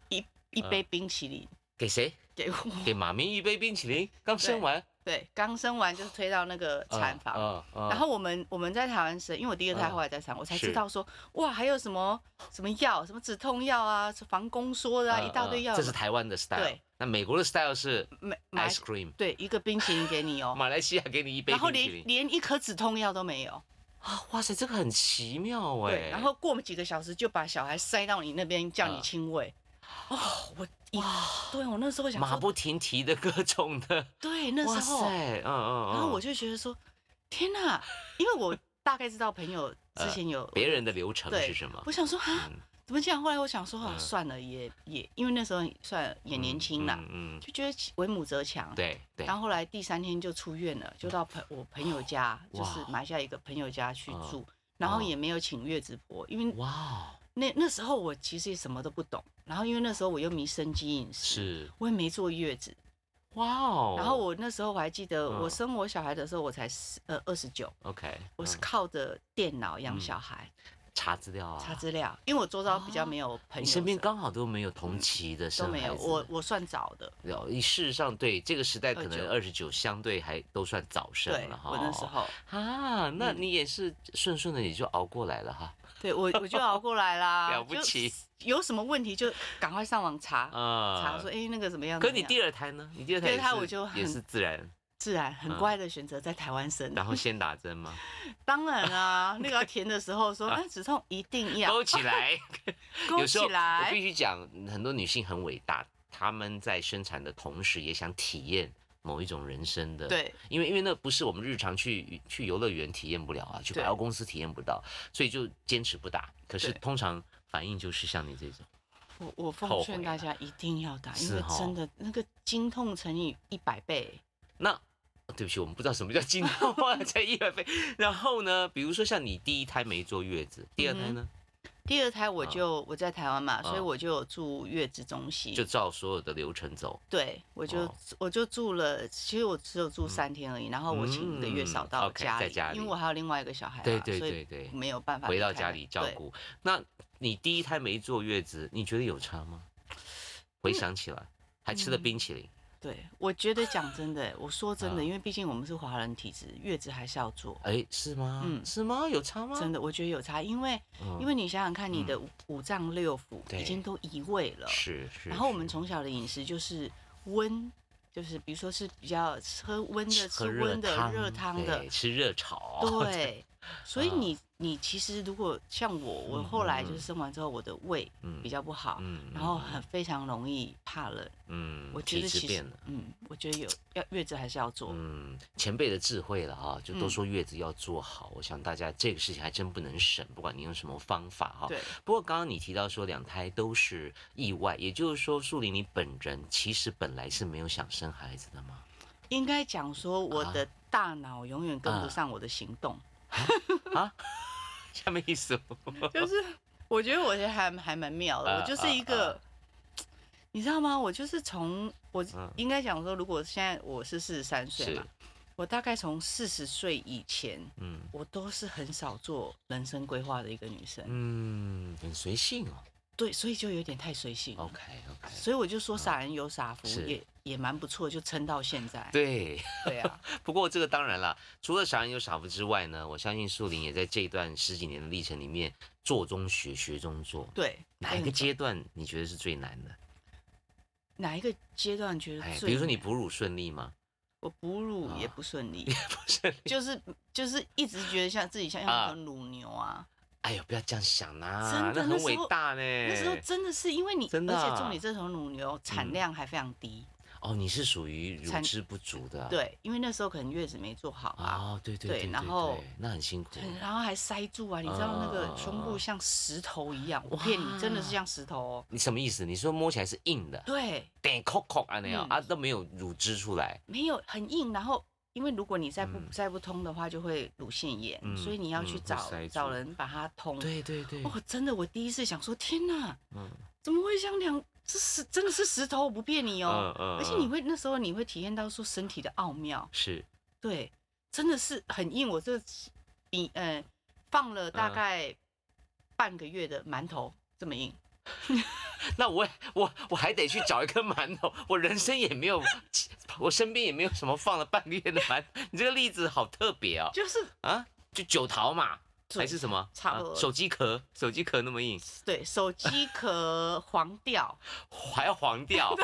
Speaker 2: 一一杯冰淇淋
Speaker 1: 给谁？
Speaker 2: 给我。 [laughs]
Speaker 1: 给妈咪一杯冰淇淋，刚生
Speaker 2: 对
Speaker 1: 完。
Speaker 2: 对，刚生完就是推到那个
Speaker 1: 呃
Speaker 2: 产房，
Speaker 1: 呃呃
Speaker 2: 然后我们我们在台湾生，因为我第二胎
Speaker 1: 嗯
Speaker 2: 后来在产，我才知
Speaker 1: 是
Speaker 2: 道说，哇，还有什么什么药，什么止痛药啊，防宫缩的啊，
Speaker 1: 呃
Speaker 2: 一大
Speaker 1: 呃
Speaker 2: 堆药。
Speaker 1: 这是台湾的 style，
Speaker 2: 对
Speaker 1: 那美国的 style 是
Speaker 2: 买买
Speaker 1: ice cream，
Speaker 2: 对一个冰淇淋给你哦，
Speaker 1: 马来西亚给你一杯
Speaker 2: 然后
Speaker 1: 冰淇
Speaker 2: 连
Speaker 1: 淋，
Speaker 2: 连一颗止痛药都没有，
Speaker 1: 啊，哇塞，这个很奇妙哎、
Speaker 2: 对，然后过几个小时就把小孩塞到你那边，叫你
Speaker 1: 嗯
Speaker 2: 亲喂。哦，我一对我那时候想
Speaker 1: 马
Speaker 2: 说，
Speaker 1: 不停蹄的各种的，
Speaker 2: 对，那时
Speaker 1: 哇
Speaker 2: 候，
Speaker 1: 塞，嗯嗯嗯，
Speaker 2: 然后我就觉得说，天哪，因为我大概知道朋友之前有
Speaker 1: 呃嗯别人的流程
Speaker 2: 对
Speaker 1: 是什么？
Speaker 2: 我想说啊
Speaker 1: 嗯，
Speaker 2: 怎么这样？后来我想说啊，
Speaker 1: 嗯
Speaker 2: 算了，也也因为那时候算了也年轻啦，
Speaker 1: 嗯，嗯
Speaker 2: 就觉得为母则强。
Speaker 1: 对对
Speaker 2: 然，后后来第三天就出院了，就到朋我朋友家，就是
Speaker 1: 哇
Speaker 2: 马来西亚一个朋友家去
Speaker 1: 嗯
Speaker 2: 住，然后
Speaker 1: 嗯
Speaker 2: 也没有请月子婆，因为
Speaker 1: 哇哦，
Speaker 2: 那那时候我其实也什么都不懂，然后因为那时候我又迷生肌饮食，
Speaker 1: 是
Speaker 2: 我也没坐月子，
Speaker 1: 哇哦，
Speaker 2: 然后我那时候我还记得
Speaker 1: 嗯
Speaker 2: 我生我小孩的时候我才十呃二十九，
Speaker 1: OK，
Speaker 2: 我是
Speaker 1: 嗯
Speaker 2: 靠着电脑养
Speaker 1: 嗯
Speaker 2: 小孩
Speaker 1: 查资料啊，
Speaker 2: 查资料，因为我周遭比较没有朋
Speaker 1: 哦
Speaker 2: 友
Speaker 1: 你
Speaker 2: 生，
Speaker 1: 身边刚好都没有同期的
Speaker 2: 都
Speaker 1: 生
Speaker 2: 没
Speaker 1: 孩
Speaker 2: 有，
Speaker 1: 子
Speaker 2: 我我算早的，
Speaker 1: 有事实上对这个时代可能
Speaker 2: 29
Speaker 1: 二十九相对还都算早生
Speaker 2: 对
Speaker 1: 了哈。
Speaker 2: 我那时候，
Speaker 1: 啊，那
Speaker 2: 嗯
Speaker 1: 你也是顺顺的也就熬过来了哈。
Speaker 2: 对我我就熬过来啦，
Speaker 1: 了不
Speaker 2: 啊就
Speaker 1: 起，
Speaker 2: 有什么问题就赶快上网查，
Speaker 1: 啊，
Speaker 2: 查说哎、诶那个怎么样？
Speaker 1: 可
Speaker 2: 怎么
Speaker 1: 你
Speaker 2: 样
Speaker 1: 第二胎呢？你第二胎
Speaker 2: 第二
Speaker 1: 也
Speaker 2: 胎
Speaker 1: 是
Speaker 2: 我就
Speaker 1: 也
Speaker 2: 很
Speaker 1: 是自
Speaker 2: [laughs]
Speaker 1: 然，
Speaker 2: 自然
Speaker 1: 嗯
Speaker 2: 很乖的选择在台湾生，
Speaker 1: 然后先打针
Speaker 2: [laughs]
Speaker 1: 吗？
Speaker 2: 当然啊，那个要填的时候
Speaker 1: [laughs]
Speaker 2: 说，哎，止痛一定要
Speaker 1: 勾起
Speaker 2: [laughs]
Speaker 1: 来，
Speaker 2: 勾
Speaker 1: 有啊哦时
Speaker 2: 起
Speaker 1: 候我
Speaker 2: 来
Speaker 1: 必，须讲，很多女性很伟大，她们在生产的同时也想体验某一种人生的。。
Speaker 2: 对
Speaker 1: 因为因为那不是我们日常去去游乐园体验不了啊，去百
Speaker 2: 对
Speaker 1: 货公司体验不到，所以就坚持不打。可是
Speaker 2: 对
Speaker 1: 通常反应就是像你这种，
Speaker 2: 我我
Speaker 1: 后悔啊
Speaker 2: 奉劝大家一定要打，因
Speaker 1: 是
Speaker 2: 为
Speaker 1: 哦
Speaker 2: 真的那个经痛乘以一百倍，
Speaker 1: 那。对不起，我们不知道什么叫经痛
Speaker 2: [laughs]
Speaker 1: 在医院费。然后呢，比如说像你第一胎没坐月子，第二胎
Speaker 2: 嗯
Speaker 1: 呢、
Speaker 2: 第二胎我就、我在台湾嘛，所以
Speaker 1: 嗯
Speaker 2: 我就有住月子中心，
Speaker 1: 就照所有的流程走。
Speaker 2: 对我就、
Speaker 1: 哦
Speaker 2: 我就住了，其实我只有住三天而已，然后我请一个月嫂
Speaker 1: 嗯
Speaker 2: 到
Speaker 1: ，OK，
Speaker 2: 家里，
Speaker 1: 在家里
Speaker 2: 因为我还有另外一个小孩嘛，
Speaker 1: 对对
Speaker 2: 哎所
Speaker 1: 对
Speaker 2: 以
Speaker 1: 对，
Speaker 2: 没有办法
Speaker 1: 回
Speaker 2: 离
Speaker 1: 到
Speaker 2: 开
Speaker 1: 家
Speaker 2: 他
Speaker 1: 里照
Speaker 2: 对
Speaker 1: 顾。那你第一胎没坐月子，你觉得有差吗？回
Speaker 2: 嗯
Speaker 1: 想起来，还吃了冰淇淋，
Speaker 2: 对，我觉
Speaker 1: [laughs]
Speaker 2: 得讲真的，我说真的，
Speaker 1: 嗯
Speaker 2: 因为毕竟我们是华人体质，月子还是要做。
Speaker 1: 哎，是吗？
Speaker 2: 嗯
Speaker 1: 是吗？有差吗？
Speaker 2: 真的，我觉得有差，因为
Speaker 1: 嗯，
Speaker 2: 因为你想想看，你的五五脏六腑
Speaker 1: 对
Speaker 2: 已经都移位了，
Speaker 1: 是是。
Speaker 2: 然后我
Speaker 1: 是
Speaker 2: 们从小的饮食就是温，就是比如说是比较喝温的、吃
Speaker 1: 喝热
Speaker 2: 温的、热汤的
Speaker 1: 对，吃热 [laughs] 炒，
Speaker 2: 对。 [laughs] 所以
Speaker 1: 哦啊
Speaker 2: 你你其实如果像我，我
Speaker 1: 嗯
Speaker 2: 后来
Speaker 1: 嗯
Speaker 2: 就是生完之后，我的胃
Speaker 1: 嗯
Speaker 2: 比较不好，
Speaker 1: 嗯，
Speaker 2: 然后很非常容易怕冷。
Speaker 1: 嗯，
Speaker 2: 我觉
Speaker 1: 体
Speaker 2: 得
Speaker 1: 质
Speaker 2: 其
Speaker 1: 变
Speaker 2: 实
Speaker 1: 了。
Speaker 2: 嗯，我觉得有要月子还是要做，
Speaker 1: 嗯，前辈的智慧了哈，就都
Speaker 2: 嗯
Speaker 1: 说月子要做好。我想大家这个事情还真不能省，不管你用什么方法哈。
Speaker 2: 对。
Speaker 1: 不过刚刚你提到说两胎都是意外，也就是说树林你本人其实本来是没有想生孩子的吗？ [laughs]
Speaker 2: 应该讲说，我的大脑永远跟
Speaker 1: 啊
Speaker 2: 不上我的行
Speaker 1: [laughs]
Speaker 2: 动，
Speaker 1: 什么意思？
Speaker 2: 就是我觉得我觉得还还蛮妙的，
Speaker 1: 啊
Speaker 2: 我就是一个，你知道吗？我就是从我
Speaker 1: 嗯
Speaker 2: 应该讲说，如果现在我是四十三岁嘛
Speaker 1: 是，
Speaker 2: 我大概从四十岁以前，
Speaker 1: 嗯
Speaker 2: 我都是很少做人生规划的一个女生，
Speaker 1: 嗯，很随性哦。
Speaker 2: 对，所以就有点太随性了，
Speaker 1: OK OK。
Speaker 2: 所以我就说傻人有傻福，
Speaker 1: 是
Speaker 2: 也也蛮不错，就撑到现在，
Speaker 1: 对。
Speaker 2: 对啊，
Speaker 1: 不过这个当然啦，除了傻人有傻福之外呢，我相信树林也在这一段十几年的历程里面，做中学，学中做。
Speaker 2: 对，
Speaker 1: [laughs] 哪一个阶段你觉得是最难的？
Speaker 2: 哪一个阶段觉得
Speaker 1: 哎，
Speaker 2: 最？
Speaker 1: 比如说你哺乳顺利吗？
Speaker 2: 我哺乳也
Speaker 1: 啊
Speaker 2: 不顺利，
Speaker 1: 不顺利。
Speaker 2: 就是就是一直觉得像自己像
Speaker 1: 啊
Speaker 2: 要很乳牛啊。
Speaker 1: 哎呦，不要这样想啦、
Speaker 2: 真
Speaker 1: 那
Speaker 2: 的
Speaker 1: 很
Speaker 2: 那
Speaker 1: 伟
Speaker 2: 时候
Speaker 1: 大呢。
Speaker 2: 那时候真的是因为你，
Speaker 1: 真的啊嗯
Speaker 2: 而且重点这头乳牛产量还非常低，
Speaker 1: 哦，你是属于乳
Speaker 2: 产
Speaker 1: 汁不足的、啊。。
Speaker 2: 对，因为那时候可能月子没做好啊，
Speaker 1: 哦，对对
Speaker 2: 对
Speaker 1: 对
Speaker 2: 然后
Speaker 1: 对那很辛苦
Speaker 2: 对。然后还塞住啊，你知道那
Speaker 1: 啊
Speaker 2: 个胸部像石头一样，我骗你，真的是像石头哦。
Speaker 1: 你什么意思？你说摸起来是硬的，
Speaker 2: 对，
Speaker 1: 得扣扣啊那样
Speaker 2: 嗯
Speaker 1: 啊都没有乳汁出来。
Speaker 2: 没有很硬，然后。因为如果你再不
Speaker 1: 嗯
Speaker 2: 再不通的话，就会乳腺炎，
Speaker 1: 嗯
Speaker 2: 所以你要
Speaker 1: 嗯
Speaker 2: 去
Speaker 1: 会
Speaker 2: 找
Speaker 1: 塞住
Speaker 2: 找人把它通。
Speaker 1: 对对对，
Speaker 2: 哦，真的，我第一次想说，天哪，
Speaker 1: 嗯
Speaker 2: 怎么会像两？这是真的是石头，我不骗你哦。
Speaker 1: 嗯嗯
Speaker 2: 而且你会那时候你会体验到说身体的奥妙，
Speaker 1: 是
Speaker 2: 对，真的是很硬。我这你呃放了大
Speaker 1: 嗯
Speaker 2: 概半个月的馒头这么硬，
Speaker 1: 那我 [laughs] 我我还得去找一颗馒头， [laughs] 我人生也没有， [laughs] 我身边也没有什么放了半个月的馒头。 [laughs] 你这个例子好特别哦，
Speaker 2: 就是
Speaker 1: 啊，就九桃嘛，还
Speaker 2: 对
Speaker 1: 是什么？
Speaker 2: 差不多
Speaker 1: 啊手机壳，手机壳那么硬，
Speaker 2: 对手机壳黄
Speaker 1: [laughs]
Speaker 2: 掉， [laughs]
Speaker 1: 还要黄掉，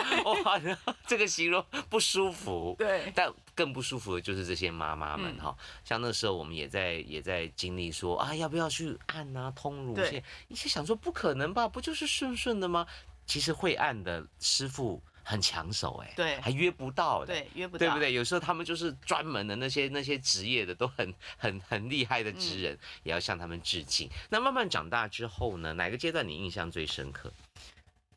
Speaker 1: 哇，这个形容不舒服。
Speaker 2: 对
Speaker 1: 但更不舒服的就是这些妈妈们
Speaker 2: 嗯
Speaker 1: 哈、像那时候我们也在也在经历说啊，要不要去按啊通乳
Speaker 2: 对
Speaker 1: 腺？一些想说不可能吧，不就是顺顺的吗？其实会按的师傅很抢手哎、
Speaker 2: 对
Speaker 1: 还约不到的， [laughs]
Speaker 2: 对，约不到，
Speaker 1: 对不？对？有时候他们就是专门的那些那些职业的都很很很厉害的
Speaker 2: 嗯
Speaker 1: 职人，也要向他们致敬。那慢慢长大之后呢，哪个阶段你印象最深刻？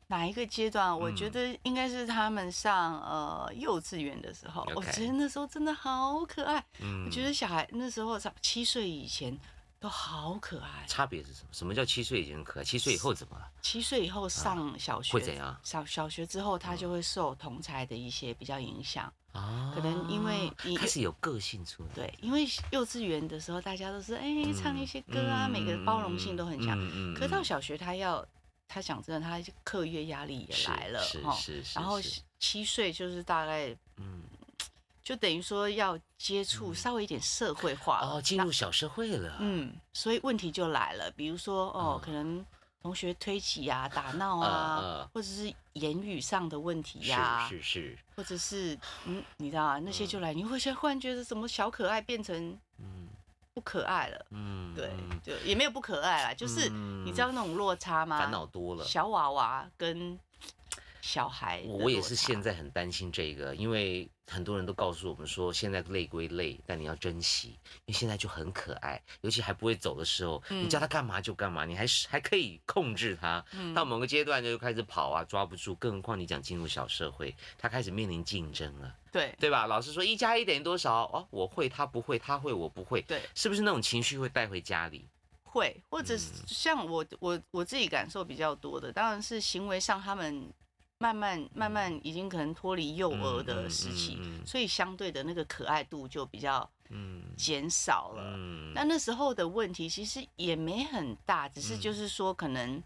Speaker 2: 哪一个阶段？我觉
Speaker 1: 嗯
Speaker 2: 得应该是他们上呃幼稚园的时候，我
Speaker 1: OK
Speaker 2: 觉得那时候真的好可爱。
Speaker 1: 嗯，
Speaker 2: 我觉得小孩那时候上七岁以前都好可爱，
Speaker 1: 差别是什么？什么叫七岁以前可爱？七岁以后怎么了？
Speaker 2: 七岁以后上小
Speaker 1: 嗯
Speaker 2: 学
Speaker 1: 会怎样嗯
Speaker 2: 小小学之后，他就会受同才的一些比较影响。
Speaker 1: 啊
Speaker 2: 可能因为你
Speaker 1: 开始有个性出来，
Speaker 2: 对，因为幼稚园的时候大家都是哎、唱一些歌啊，每个包容性都很强。
Speaker 1: 嗯
Speaker 2: 可到小学他要，他讲真的，他课业压力也来了
Speaker 1: 是
Speaker 2: 齁
Speaker 1: 是是，
Speaker 2: 然后
Speaker 1: 是
Speaker 2: 七岁就是大概
Speaker 1: 嗯
Speaker 2: 就等于说要接触稍微一点社会化了
Speaker 1: 哦，进入小社会了，
Speaker 2: 嗯，所以问题就来了，比如说哦，可能同学推挤啊、打闹啊，
Speaker 1: 嗯嗯
Speaker 2: 或者是言语上的问题呀、
Speaker 1: 是是是，
Speaker 2: 或者是嗯，你知道啊，那些就来，你会忽然觉得怎么小可爱变成
Speaker 1: 嗯
Speaker 2: 不可爱了？
Speaker 1: 嗯，
Speaker 2: 对
Speaker 1: 嗯，
Speaker 2: 就也没有不可爱啦，就是、你知道那种落差吗？
Speaker 1: 烦恼多了。
Speaker 2: 小娃娃跟小孩的落差，
Speaker 1: 我我也是现在很担心这个，因为很多人都告诉我们说，现在累归累，但你要珍惜，因为现在就很可爱，尤其还不会走的时候，
Speaker 2: 嗯
Speaker 1: 你叫他干嘛就干嘛，你还是还可以控制他。
Speaker 2: 嗯
Speaker 1: 到某个阶段就开始跑啊，抓不住，更何况你讲进入小社会，他开始面临竞争了，
Speaker 2: 对
Speaker 1: 对吧？老师说一加一等于多少？哦，我会，他不会，他会，我不会，
Speaker 2: 对
Speaker 1: 是不是那种情绪会带回家里？
Speaker 2: 会，或者是
Speaker 1: 嗯
Speaker 2: 像我我我自己感受比较多的，当然是行为上他们慢慢慢慢已经可能脱离幼儿的时期，
Speaker 1: 嗯嗯嗯嗯嗯
Speaker 2: 所以相对的那个可爱度就比较
Speaker 1: 嗯
Speaker 2: 减少了。
Speaker 1: 嗯
Speaker 2: 那那时候的问题其实也没很大，只是
Speaker 1: 嗯
Speaker 2: 就是说可能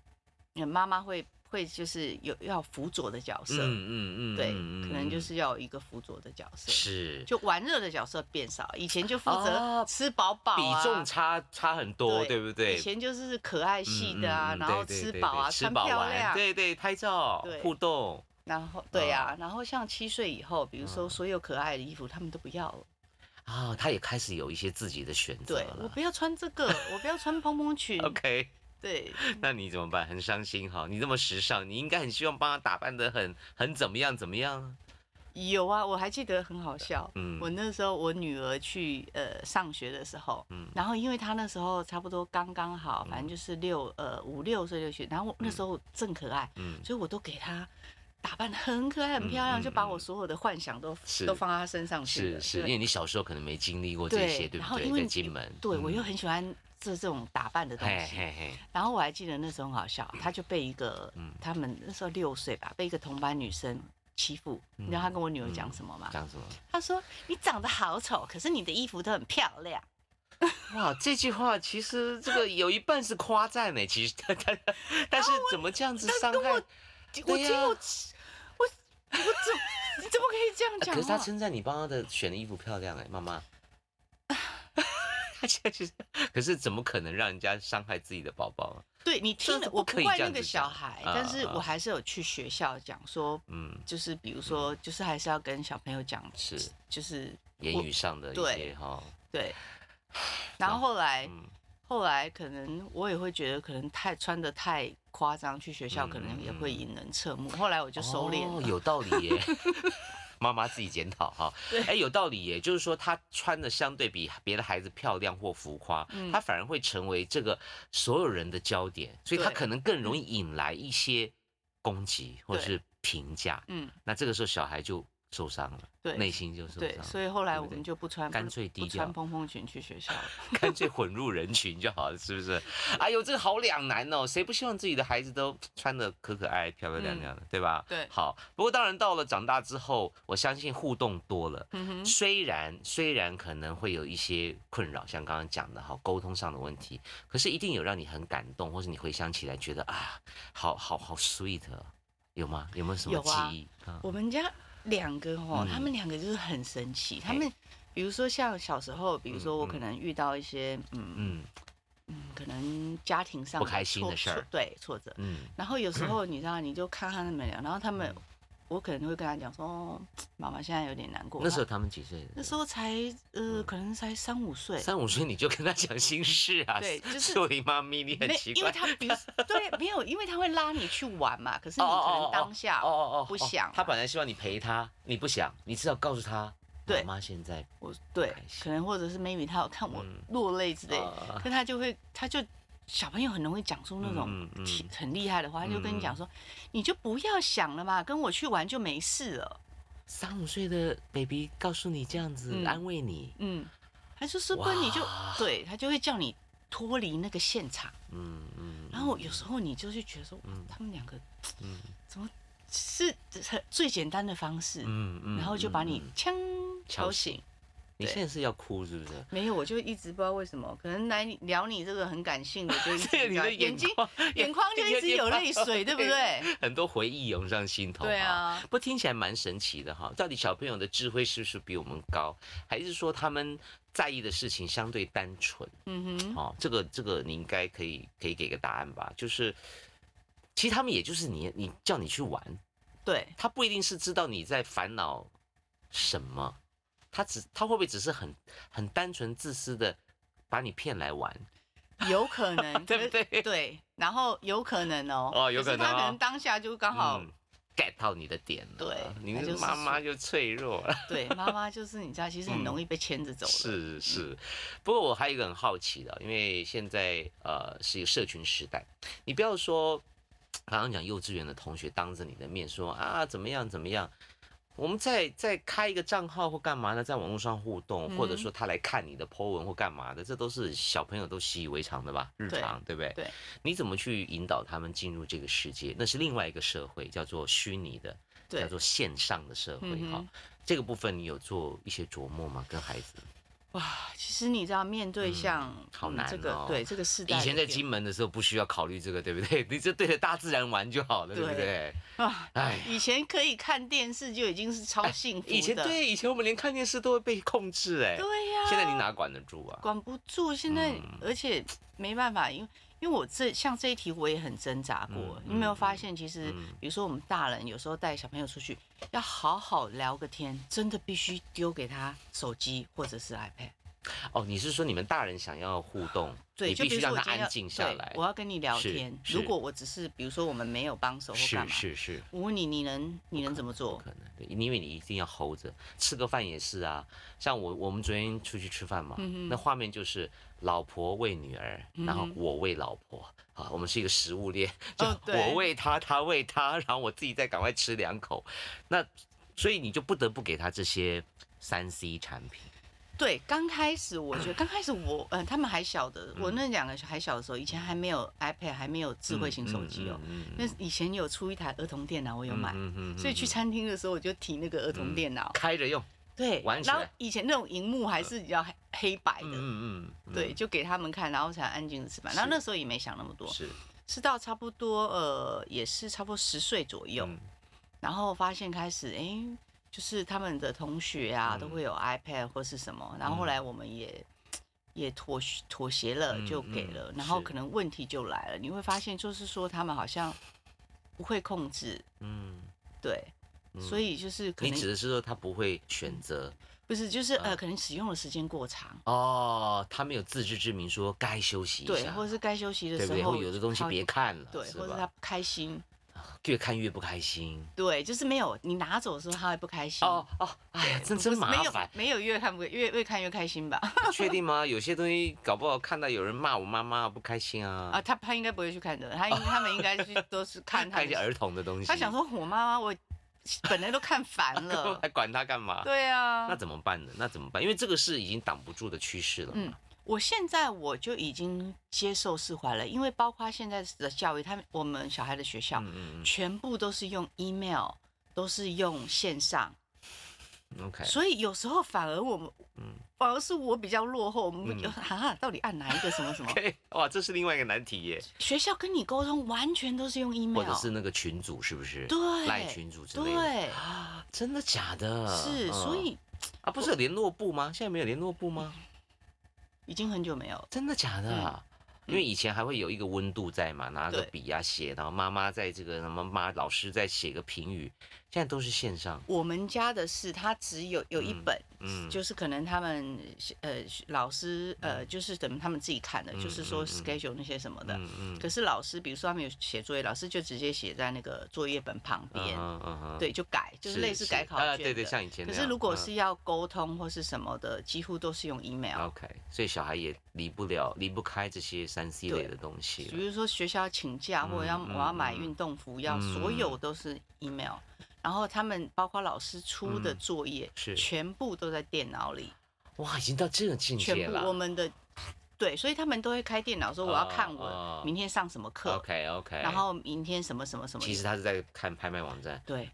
Speaker 2: 呃妈妈会会就是有要辅佐的角色，
Speaker 1: 嗯
Speaker 2: 对，
Speaker 1: 嗯
Speaker 2: 可能就
Speaker 1: 嗯
Speaker 2: 是要有一个辅佐的角色。
Speaker 1: 是
Speaker 2: 就玩乐的角色变少，以前就负责
Speaker 1: 哦
Speaker 2: 吃饱饱、啊
Speaker 1: 比重差差很多，
Speaker 2: 对
Speaker 1: 对不对？嗯
Speaker 2: 以前就是可爱系的啊，
Speaker 1: 嗯嗯嗯
Speaker 2: 然后
Speaker 1: 对对
Speaker 2: 吃
Speaker 1: 对
Speaker 2: 饱啊，
Speaker 1: 对吃
Speaker 2: 穿
Speaker 1: 饱
Speaker 2: 漂
Speaker 1: 玩
Speaker 2: 亮，
Speaker 1: 对对，拍照
Speaker 2: 对
Speaker 1: 互动，
Speaker 2: 然后对啊，然后像七岁以后，比如说所有可爱的衣服他们都不要了，
Speaker 1: 啊，他也开始有一些自己的选择
Speaker 2: 对我
Speaker 1: 了。
Speaker 2: 不要穿这个，我不要穿蓬蓬裙，
Speaker 1: [laughs]
Speaker 2: [laughs]
Speaker 1: OK，
Speaker 2: 对，
Speaker 1: 那你怎么办？很伤心哈，你这么时尚，你应该很希望帮他打扮的很很怎么样怎么样啊？
Speaker 2: 有啊，我还记得很好笑，
Speaker 1: 嗯
Speaker 2: 我那时候我女儿去呃上学的时候，
Speaker 1: 嗯
Speaker 2: 然后因为她那时候差不多刚刚好，反正就是六呃五六岁就去，然后我那时候正可爱，
Speaker 1: 嗯
Speaker 2: 所以我都给她。打扮得很可爱，很漂亮，
Speaker 1: 嗯嗯
Speaker 2: 就把我所有的幻想都
Speaker 1: 是
Speaker 2: 都放到她身上去
Speaker 1: 是
Speaker 2: 了。
Speaker 1: 是，因
Speaker 2: 对
Speaker 1: 为你小时候可能没经历过这些，
Speaker 2: 对，
Speaker 1: 对
Speaker 2: 然
Speaker 1: 不
Speaker 2: 后
Speaker 1: 对？
Speaker 2: 因为
Speaker 1: 在
Speaker 2: 你
Speaker 1: 金门，
Speaker 2: 对我
Speaker 1: 嗯
Speaker 2: 又很喜欢这这种打扮的东
Speaker 1: 嘿
Speaker 2: 西。
Speaker 1: 嘿嘿，
Speaker 2: 然后我还记得那时候很好笑，他就被一个
Speaker 1: 嗯
Speaker 2: 他们那时候六岁吧，被一个同班女生欺负。你知道他跟我女儿讲什么吗？
Speaker 1: 嗯讲什么？
Speaker 2: 他说：“你长得好丑，可是你的衣服都很漂亮。
Speaker 1: 哇，这句话其实这个有一半是夸赞呢，其实 [laughs] 但但但是怎么这样子伤害？
Speaker 2: 我
Speaker 1: 对
Speaker 2: 听
Speaker 1: 呀
Speaker 2: 我吃我我怎 [laughs] 么你怎么可以这样
Speaker 1: 啊可
Speaker 2: 讲
Speaker 1: 是他
Speaker 2: 话？
Speaker 1: 称赞你帮他的选的衣服漂亮哎、妈
Speaker 2: [laughs]
Speaker 1: 妈。他现在就是，可是怎么可能让人家伤害自己的宝宝啊？
Speaker 2: 对你听
Speaker 1: 这
Speaker 2: 了，
Speaker 1: 不
Speaker 2: 我
Speaker 1: 可以
Speaker 2: 怪
Speaker 1: 这
Speaker 2: 那
Speaker 1: 样
Speaker 2: 个
Speaker 1: 子
Speaker 2: 小
Speaker 1: 讲
Speaker 2: 孩，
Speaker 1: 啊
Speaker 2: 但是我
Speaker 1: 啊
Speaker 2: 还是有去学校讲说，
Speaker 1: 嗯，
Speaker 2: 就是比如说，就是还是要跟小朋友讲，
Speaker 1: 是
Speaker 2: 就是
Speaker 1: 言
Speaker 2: 我
Speaker 1: 语上的一
Speaker 2: 对哎
Speaker 1: 些哈， [sighs]
Speaker 2: 对。然后后来，
Speaker 1: 嗯
Speaker 2: 后来可能我也会觉得，可能太穿的太夸张，去学校可能也
Speaker 1: 嗯
Speaker 2: 会引人侧目。后来我就收敛
Speaker 1: 哦
Speaker 2: 了。
Speaker 1: 有道理
Speaker 2: [laughs]
Speaker 1: 耶。妈妈自己检讨哈，
Speaker 2: 对
Speaker 1: 哎，有道理耶，就是说她穿的相对比别的孩子漂亮或浮夸，
Speaker 2: 嗯
Speaker 1: 她反而会成为这个所有人的焦点，所以她
Speaker 2: 对嗯
Speaker 1: 可能更容易引来一些攻击或
Speaker 2: 对
Speaker 1: 是评价，
Speaker 2: 嗯，
Speaker 1: 那这个时候小孩就受伤了，
Speaker 2: 对
Speaker 1: 内心就受
Speaker 2: 对，
Speaker 1: 伤
Speaker 2: 所
Speaker 1: 了，
Speaker 2: 以后来
Speaker 1: 啊对不
Speaker 2: 我们
Speaker 1: 对
Speaker 2: 就不穿，
Speaker 1: 干
Speaker 2: 不
Speaker 1: 脆低
Speaker 2: 不穿
Speaker 1: 调
Speaker 2: 蓬蓬裙去学校
Speaker 1: [laughs]
Speaker 2: 了。 [laughs]
Speaker 1: 干脆混入人群就好了，是不是？哎呦，这个好两难哦，谁不希望自己的孩子都穿的可可爱、漂漂亮亮的，对吧？
Speaker 2: 嗯对
Speaker 1: 好，不过当然到了长大之后，我相信互动多了。
Speaker 2: 嗯哼，
Speaker 1: 虽然虽然可能会有一些困扰，像刚刚讲的哈，沟通上的问题，可是一定有让你很感动，或是你回想起来觉得啊，好好好 sweet，哦有吗？有没有什么
Speaker 2: 有啊
Speaker 1: 记忆？啊
Speaker 2: 我们家两个哦，
Speaker 1: 嗯
Speaker 2: 他们两个就是很神奇。他
Speaker 1: 嘿
Speaker 2: 们比如说像小时候，比如说我可能遇到一些嗯
Speaker 1: 嗯
Speaker 2: 嗯，可能家庭上
Speaker 1: 不
Speaker 2: 的
Speaker 1: 开心
Speaker 2: 挫
Speaker 1: 的事
Speaker 2: 挫
Speaker 1: 儿
Speaker 2: 对挫折。
Speaker 1: 嗯 [clears throat]
Speaker 2: 然后有时候你知道，你就看他们俩，然后他们我可能会跟他讲说，哦，妈妈现在有点难过。
Speaker 1: 那时候他们几岁？
Speaker 2: 那时候才呃，可能才三五岁。
Speaker 1: 三五岁你就跟他讲心事啊？
Speaker 2: 对就是
Speaker 1: 树林妈咪，你很
Speaker 2: 没，
Speaker 1: 奇
Speaker 2: 因为
Speaker 1: 怪。
Speaker 2: 他比对没有，因为他会拉你去
Speaker 1: [laughs]
Speaker 2: 玩嘛。可是你可能当下，
Speaker 1: 哦哦哦，
Speaker 2: 不想啊
Speaker 1: 他本来希望你陪他，你不想，你至少告诉他，
Speaker 2: 对
Speaker 1: 妈妈现在
Speaker 2: 我对
Speaker 1: 开心，
Speaker 2: 可能或者是 maybe 他有看我
Speaker 1: 嗯
Speaker 2: 落泪之类，
Speaker 1: 啊
Speaker 2: 可他就会，他就小朋友很容易讲出那种
Speaker 1: 嗯嗯嗯嗯
Speaker 2: 挺很厉害的话，他就跟你讲说，你就不要想了嘛，跟我去玩就没事了。
Speaker 1: 三五岁的 baby 告诉你这样子、
Speaker 2: 嗯
Speaker 1: 安慰你，
Speaker 2: 嗯，他就说不然你就
Speaker 1: 哇
Speaker 2: 对他就会叫你脱离那个现场，
Speaker 1: 嗯嗯，
Speaker 2: 然后有时候你就是觉得说，哇他们两个
Speaker 1: 嗯
Speaker 2: 怎么是很最简单的方式，
Speaker 1: 嗯嗯，
Speaker 2: 然后就把你
Speaker 1: 嗯嗯
Speaker 2: 呛
Speaker 1: 敲
Speaker 2: 敲
Speaker 1: 醒
Speaker 2: 醒。
Speaker 1: 你
Speaker 2: 对
Speaker 1: 现在是要哭是不是？
Speaker 2: 没有，我就一直不知道为什么，可能来聊你这个很感性的，
Speaker 1: [laughs]
Speaker 2: 就一直
Speaker 1: 这个你
Speaker 2: 这
Speaker 1: 的
Speaker 2: 样啊眼睛
Speaker 1: 眶
Speaker 2: [laughs] 眼眶就一直有泪水，对不？对？
Speaker 1: 很多回忆涌上心头。
Speaker 2: 对啊
Speaker 1: 哈，不过听起来蛮神奇的哈。到底小朋友的智慧是不是比我们高，还是说他们在意的事情相对单纯？
Speaker 2: 嗯哼，
Speaker 1: 哦，这个这个你应该可以可以给个答案吧？就是，其实他们也就是你你叫你去玩，
Speaker 2: 对，
Speaker 1: 他不一定是知道你在烦恼什么，他只他会不会只是很很单纯自私的把你骗来玩？
Speaker 2: 有可
Speaker 1: [laughs]
Speaker 2: 能，
Speaker 1: 对不对
Speaker 2: 可是对，然后有可能哦，
Speaker 1: 哦有
Speaker 2: 可是
Speaker 1: 可能
Speaker 2: 他可
Speaker 1: 哦
Speaker 2: 能当下就刚好
Speaker 1: 嗯 get 到你的点了，
Speaker 2: 对
Speaker 1: 你
Speaker 2: 那
Speaker 1: 的
Speaker 2: 就是
Speaker 1: 妈妈就脆弱了。
Speaker 2: 对妈妈就是你知道，其实很容易被牵着走的，
Speaker 1: 嗯是是，不过我还有一个很好奇的，哦因为现在呃是一个社群时代，你不要说刚刚讲幼稚园的同学当着你的面说啊怎么样怎么样，我们再再开一个账号或干嘛呢，在网络上互动，或者
Speaker 2: 嗯
Speaker 1: 说他来看你的 po 文或干嘛的，这都是小朋友都习以为常的吧，日
Speaker 2: 对
Speaker 1: 常对不对？
Speaker 2: 对，
Speaker 1: 你怎么去引导他们进入这个世界？那是另外一个社会，叫做虚拟的。
Speaker 2: 对
Speaker 1: 叫做线上的社会
Speaker 2: 嗯
Speaker 1: 哈、
Speaker 2: 哼
Speaker 1: 这个部分你有做一些琢磨吗？跟孩子？
Speaker 2: 哇，其实你知道面对像
Speaker 1: 好
Speaker 2: 嗯
Speaker 1: 难
Speaker 2: 这个
Speaker 1: 哦
Speaker 2: 对这个世代
Speaker 1: 以
Speaker 2: 的变，
Speaker 1: 前在金门的时候不需要考虑这个，对不对？ [laughs] 你就对着大自然玩就好了，对不
Speaker 2: 对
Speaker 1: 对？
Speaker 2: 啊，
Speaker 1: 哎，
Speaker 2: 以前可以看电视就已经是超幸福的，
Speaker 1: 以前对，以前我们连看电视都会被控制，哎，
Speaker 2: 对呀，
Speaker 1: 现在你哪管得住啊？
Speaker 2: 管不住，现在、
Speaker 1: 嗯
Speaker 2: 而且没办法，因为因为我这像这一题我也很挣扎过。
Speaker 1: 嗯
Speaker 2: 你有没有
Speaker 1: 嗯
Speaker 2: 发现，其实、
Speaker 1: 嗯
Speaker 2: 比如说我们大人有时候带小朋友出去，要好好聊个天，真的必须丢给他手机或者是 iPad。
Speaker 1: 哦，你是说你们大人想要互动，
Speaker 2: 对，
Speaker 1: 你
Speaker 2: 就
Speaker 1: 必
Speaker 2: 比
Speaker 1: 须
Speaker 2: 如说
Speaker 1: 让他
Speaker 2: 我今天要
Speaker 1: 安静下
Speaker 2: 对
Speaker 1: 来
Speaker 2: 我。要跟你聊
Speaker 1: 是
Speaker 2: 天。
Speaker 1: 是
Speaker 2: 如果我只是比如说我们没有帮手或
Speaker 1: 是
Speaker 2: 干嘛，
Speaker 1: 是是，
Speaker 2: 我问你，你能你能怎么
Speaker 1: 不
Speaker 2: 做？
Speaker 1: 可能，对，因为你一定要 hold 着。吃个饭也是啊，像我我们昨天出去吃饭嘛，
Speaker 2: 嗯哼
Speaker 1: 那画面就是老婆喂女儿，然后
Speaker 2: 嗯哼
Speaker 1: 我喂老婆。啊，我们是一个食物链，就
Speaker 2: 哦对
Speaker 1: 我喂她，她喂她，然后我自己再赶快吃两口。那所以你就不得不给她这些三 C 产品。
Speaker 2: 对，刚开始我
Speaker 1: [clears throat]
Speaker 2: 觉得，刚开始我，嗯、他们还小的，我
Speaker 1: 嗯
Speaker 2: 那两个还小的时候，以前还没有 iPad，还没有智慧型手机哦、
Speaker 1: 嗯，嗯嗯
Speaker 2: 那以前有出一台儿童电脑，我有买，
Speaker 1: 嗯嗯嗯
Speaker 2: 所以去餐厅的时候我就提那个儿童电脑，
Speaker 1: 开着用。
Speaker 2: [laughs] 对，
Speaker 1: 玩起
Speaker 2: 然
Speaker 1: 来呃
Speaker 2: 后以前那种荧幕还是比较黑黑白的，
Speaker 1: 嗯嗯嗯嗯，
Speaker 2: 对，就给他们看，然后才安静的吃饭。
Speaker 1: 是
Speaker 2: 然后那时候也没想那么多，
Speaker 1: 是，
Speaker 2: 吃到差不多呃，也是差不多十岁左右，
Speaker 1: 嗯
Speaker 2: 然后发现开始哎、诶就是他们的同学啊、
Speaker 1: 嗯
Speaker 2: 都会有 iPad 或是什么，然后后来我们也。也妥协妥协了，
Speaker 1: 嗯
Speaker 2: 就给
Speaker 1: 嗯
Speaker 2: 了，然后
Speaker 1: 是
Speaker 2: 可能问题就来了。你会发现，就是说他们好像不会控制，
Speaker 1: 嗯，
Speaker 2: 对，所以就是可
Speaker 1: 你啊
Speaker 2: 能
Speaker 1: 指的是说她不会选择。
Speaker 2: 不是就是呃，可能使用的时间过长，
Speaker 1: 哦，他们有自知之明，说该休息一下，
Speaker 2: 对，或者是该休息的
Speaker 1: 啊对不对？
Speaker 2: 时
Speaker 1: 或
Speaker 2: 候，
Speaker 1: 有的东西
Speaker 2: 好
Speaker 1: 别看了，
Speaker 2: 对，
Speaker 1: 是
Speaker 2: 或者他
Speaker 1: 吧？
Speaker 2: 不开心，
Speaker 1: 越看越不开心。
Speaker 2: 对，就是没有你拿走的时候他会不开心。
Speaker 1: 哦哦，哎呀，真
Speaker 2: 嗯不
Speaker 1: [laughs] 真
Speaker 2: 是没
Speaker 1: 麻
Speaker 2: 有
Speaker 1: 烦，
Speaker 2: 没有越看不越越看越开心吧？
Speaker 1: 确定吗？有些东西搞不好看到有人骂我妈妈不开心
Speaker 2: [laughs] 啊，
Speaker 1: 啊，
Speaker 2: 他他应该不会去看的，
Speaker 1: [laughs]
Speaker 2: 他应他们应该去都是看他
Speaker 1: 看一些。
Speaker 2: 们
Speaker 1: 儿童的东西，
Speaker 2: 他想说，我妈妈我本来都看烦
Speaker 1: [laughs]
Speaker 2: 了，
Speaker 1: 还管他干嘛？
Speaker 2: 对啊
Speaker 1: 那。怎么办呢？那怎么办？因为这个是已经挡不住的趋势了嘛。
Speaker 2: 嗯我现在我就已经接受释怀了，因为包括现在的教育，他们我们小孩的学校，
Speaker 1: 嗯嗯
Speaker 2: 全部都是用 email，都是用线上，
Speaker 1: 嗯，OK，
Speaker 2: 所以有时候反而我们，反而是我比较落后，我们
Speaker 1: 嗯
Speaker 2: 有哈、啊，到底按哪一个什么什
Speaker 1: [laughs]
Speaker 2: 么？
Speaker 1: OK，哇，这是另外一个难题耶，
Speaker 2: 学校跟你沟通完全都是用 email，
Speaker 1: 或者是那个群组是不是？
Speaker 2: 对
Speaker 1: 赖群组之类的。
Speaker 2: 对，
Speaker 1: 啊，真的假的？
Speaker 2: 是，
Speaker 1: 嗯
Speaker 2: 所以
Speaker 1: 啊，不是有联络部吗？现在没有联络部吗？
Speaker 2: 已经很久没有
Speaker 1: 嗯
Speaker 2: 了。
Speaker 1: 真的假的啊？因为以前还会有一个温度在嘛，拿个
Speaker 2: 嗯对
Speaker 1: 笔啊写，然后妈妈在这个什么妈老师在写个评语，现在都是线上，
Speaker 2: 我们家的是，它只有有一
Speaker 1: 嗯
Speaker 2: 本，
Speaker 1: 嗯
Speaker 2: 就是可能他们呃老师呃就是等他们自己看的，就是
Speaker 1: 嗯
Speaker 2: 说
Speaker 1: 嗯
Speaker 2: schedule 那些什么的。
Speaker 1: 嗯嗯，
Speaker 2: 可是老师，比如说他们有写作业，老师就直接写在那个作业本旁
Speaker 1: 嗯
Speaker 2: 边，
Speaker 1: 哼嗯哼，
Speaker 2: 对，就改，就是类似改考
Speaker 1: 啊
Speaker 2: 卷
Speaker 1: 对对，
Speaker 2: 的
Speaker 1: 像以前那
Speaker 2: 可
Speaker 1: 样。
Speaker 2: 是如果
Speaker 1: 嗯哦
Speaker 2: 是要沟通或是什么的，几乎都是用 email。
Speaker 1: OK，所以小孩也离不了、离不开这些三 C 类
Speaker 2: 对
Speaker 1: 的东西了。
Speaker 2: 比如说学校请假，或者要
Speaker 1: 嗯嗯
Speaker 2: 我要买
Speaker 1: 嗯
Speaker 2: 运动服，要
Speaker 1: 嗯
Speaker 2: 所有都是 email。然后他们包括老师出的作业，
Speaker 1: 嗯是
Speaker 2: 全部都在电脑里，
Speaker 1: 哇，已经到这个境界
Speaker 2: 全部我
Speaker 1: 了。
Speaker 2: 们的对，所以他们都会开电脑说我要看
Speaker 1: 哦哦
Speaker 2: 我明天上什么课，
Speaker 1: OK OK，
Speaker 2: 然后明天什么什么什么。
Speaker 1: 其实他是在看拍卖网站。
Speaker 2: 对，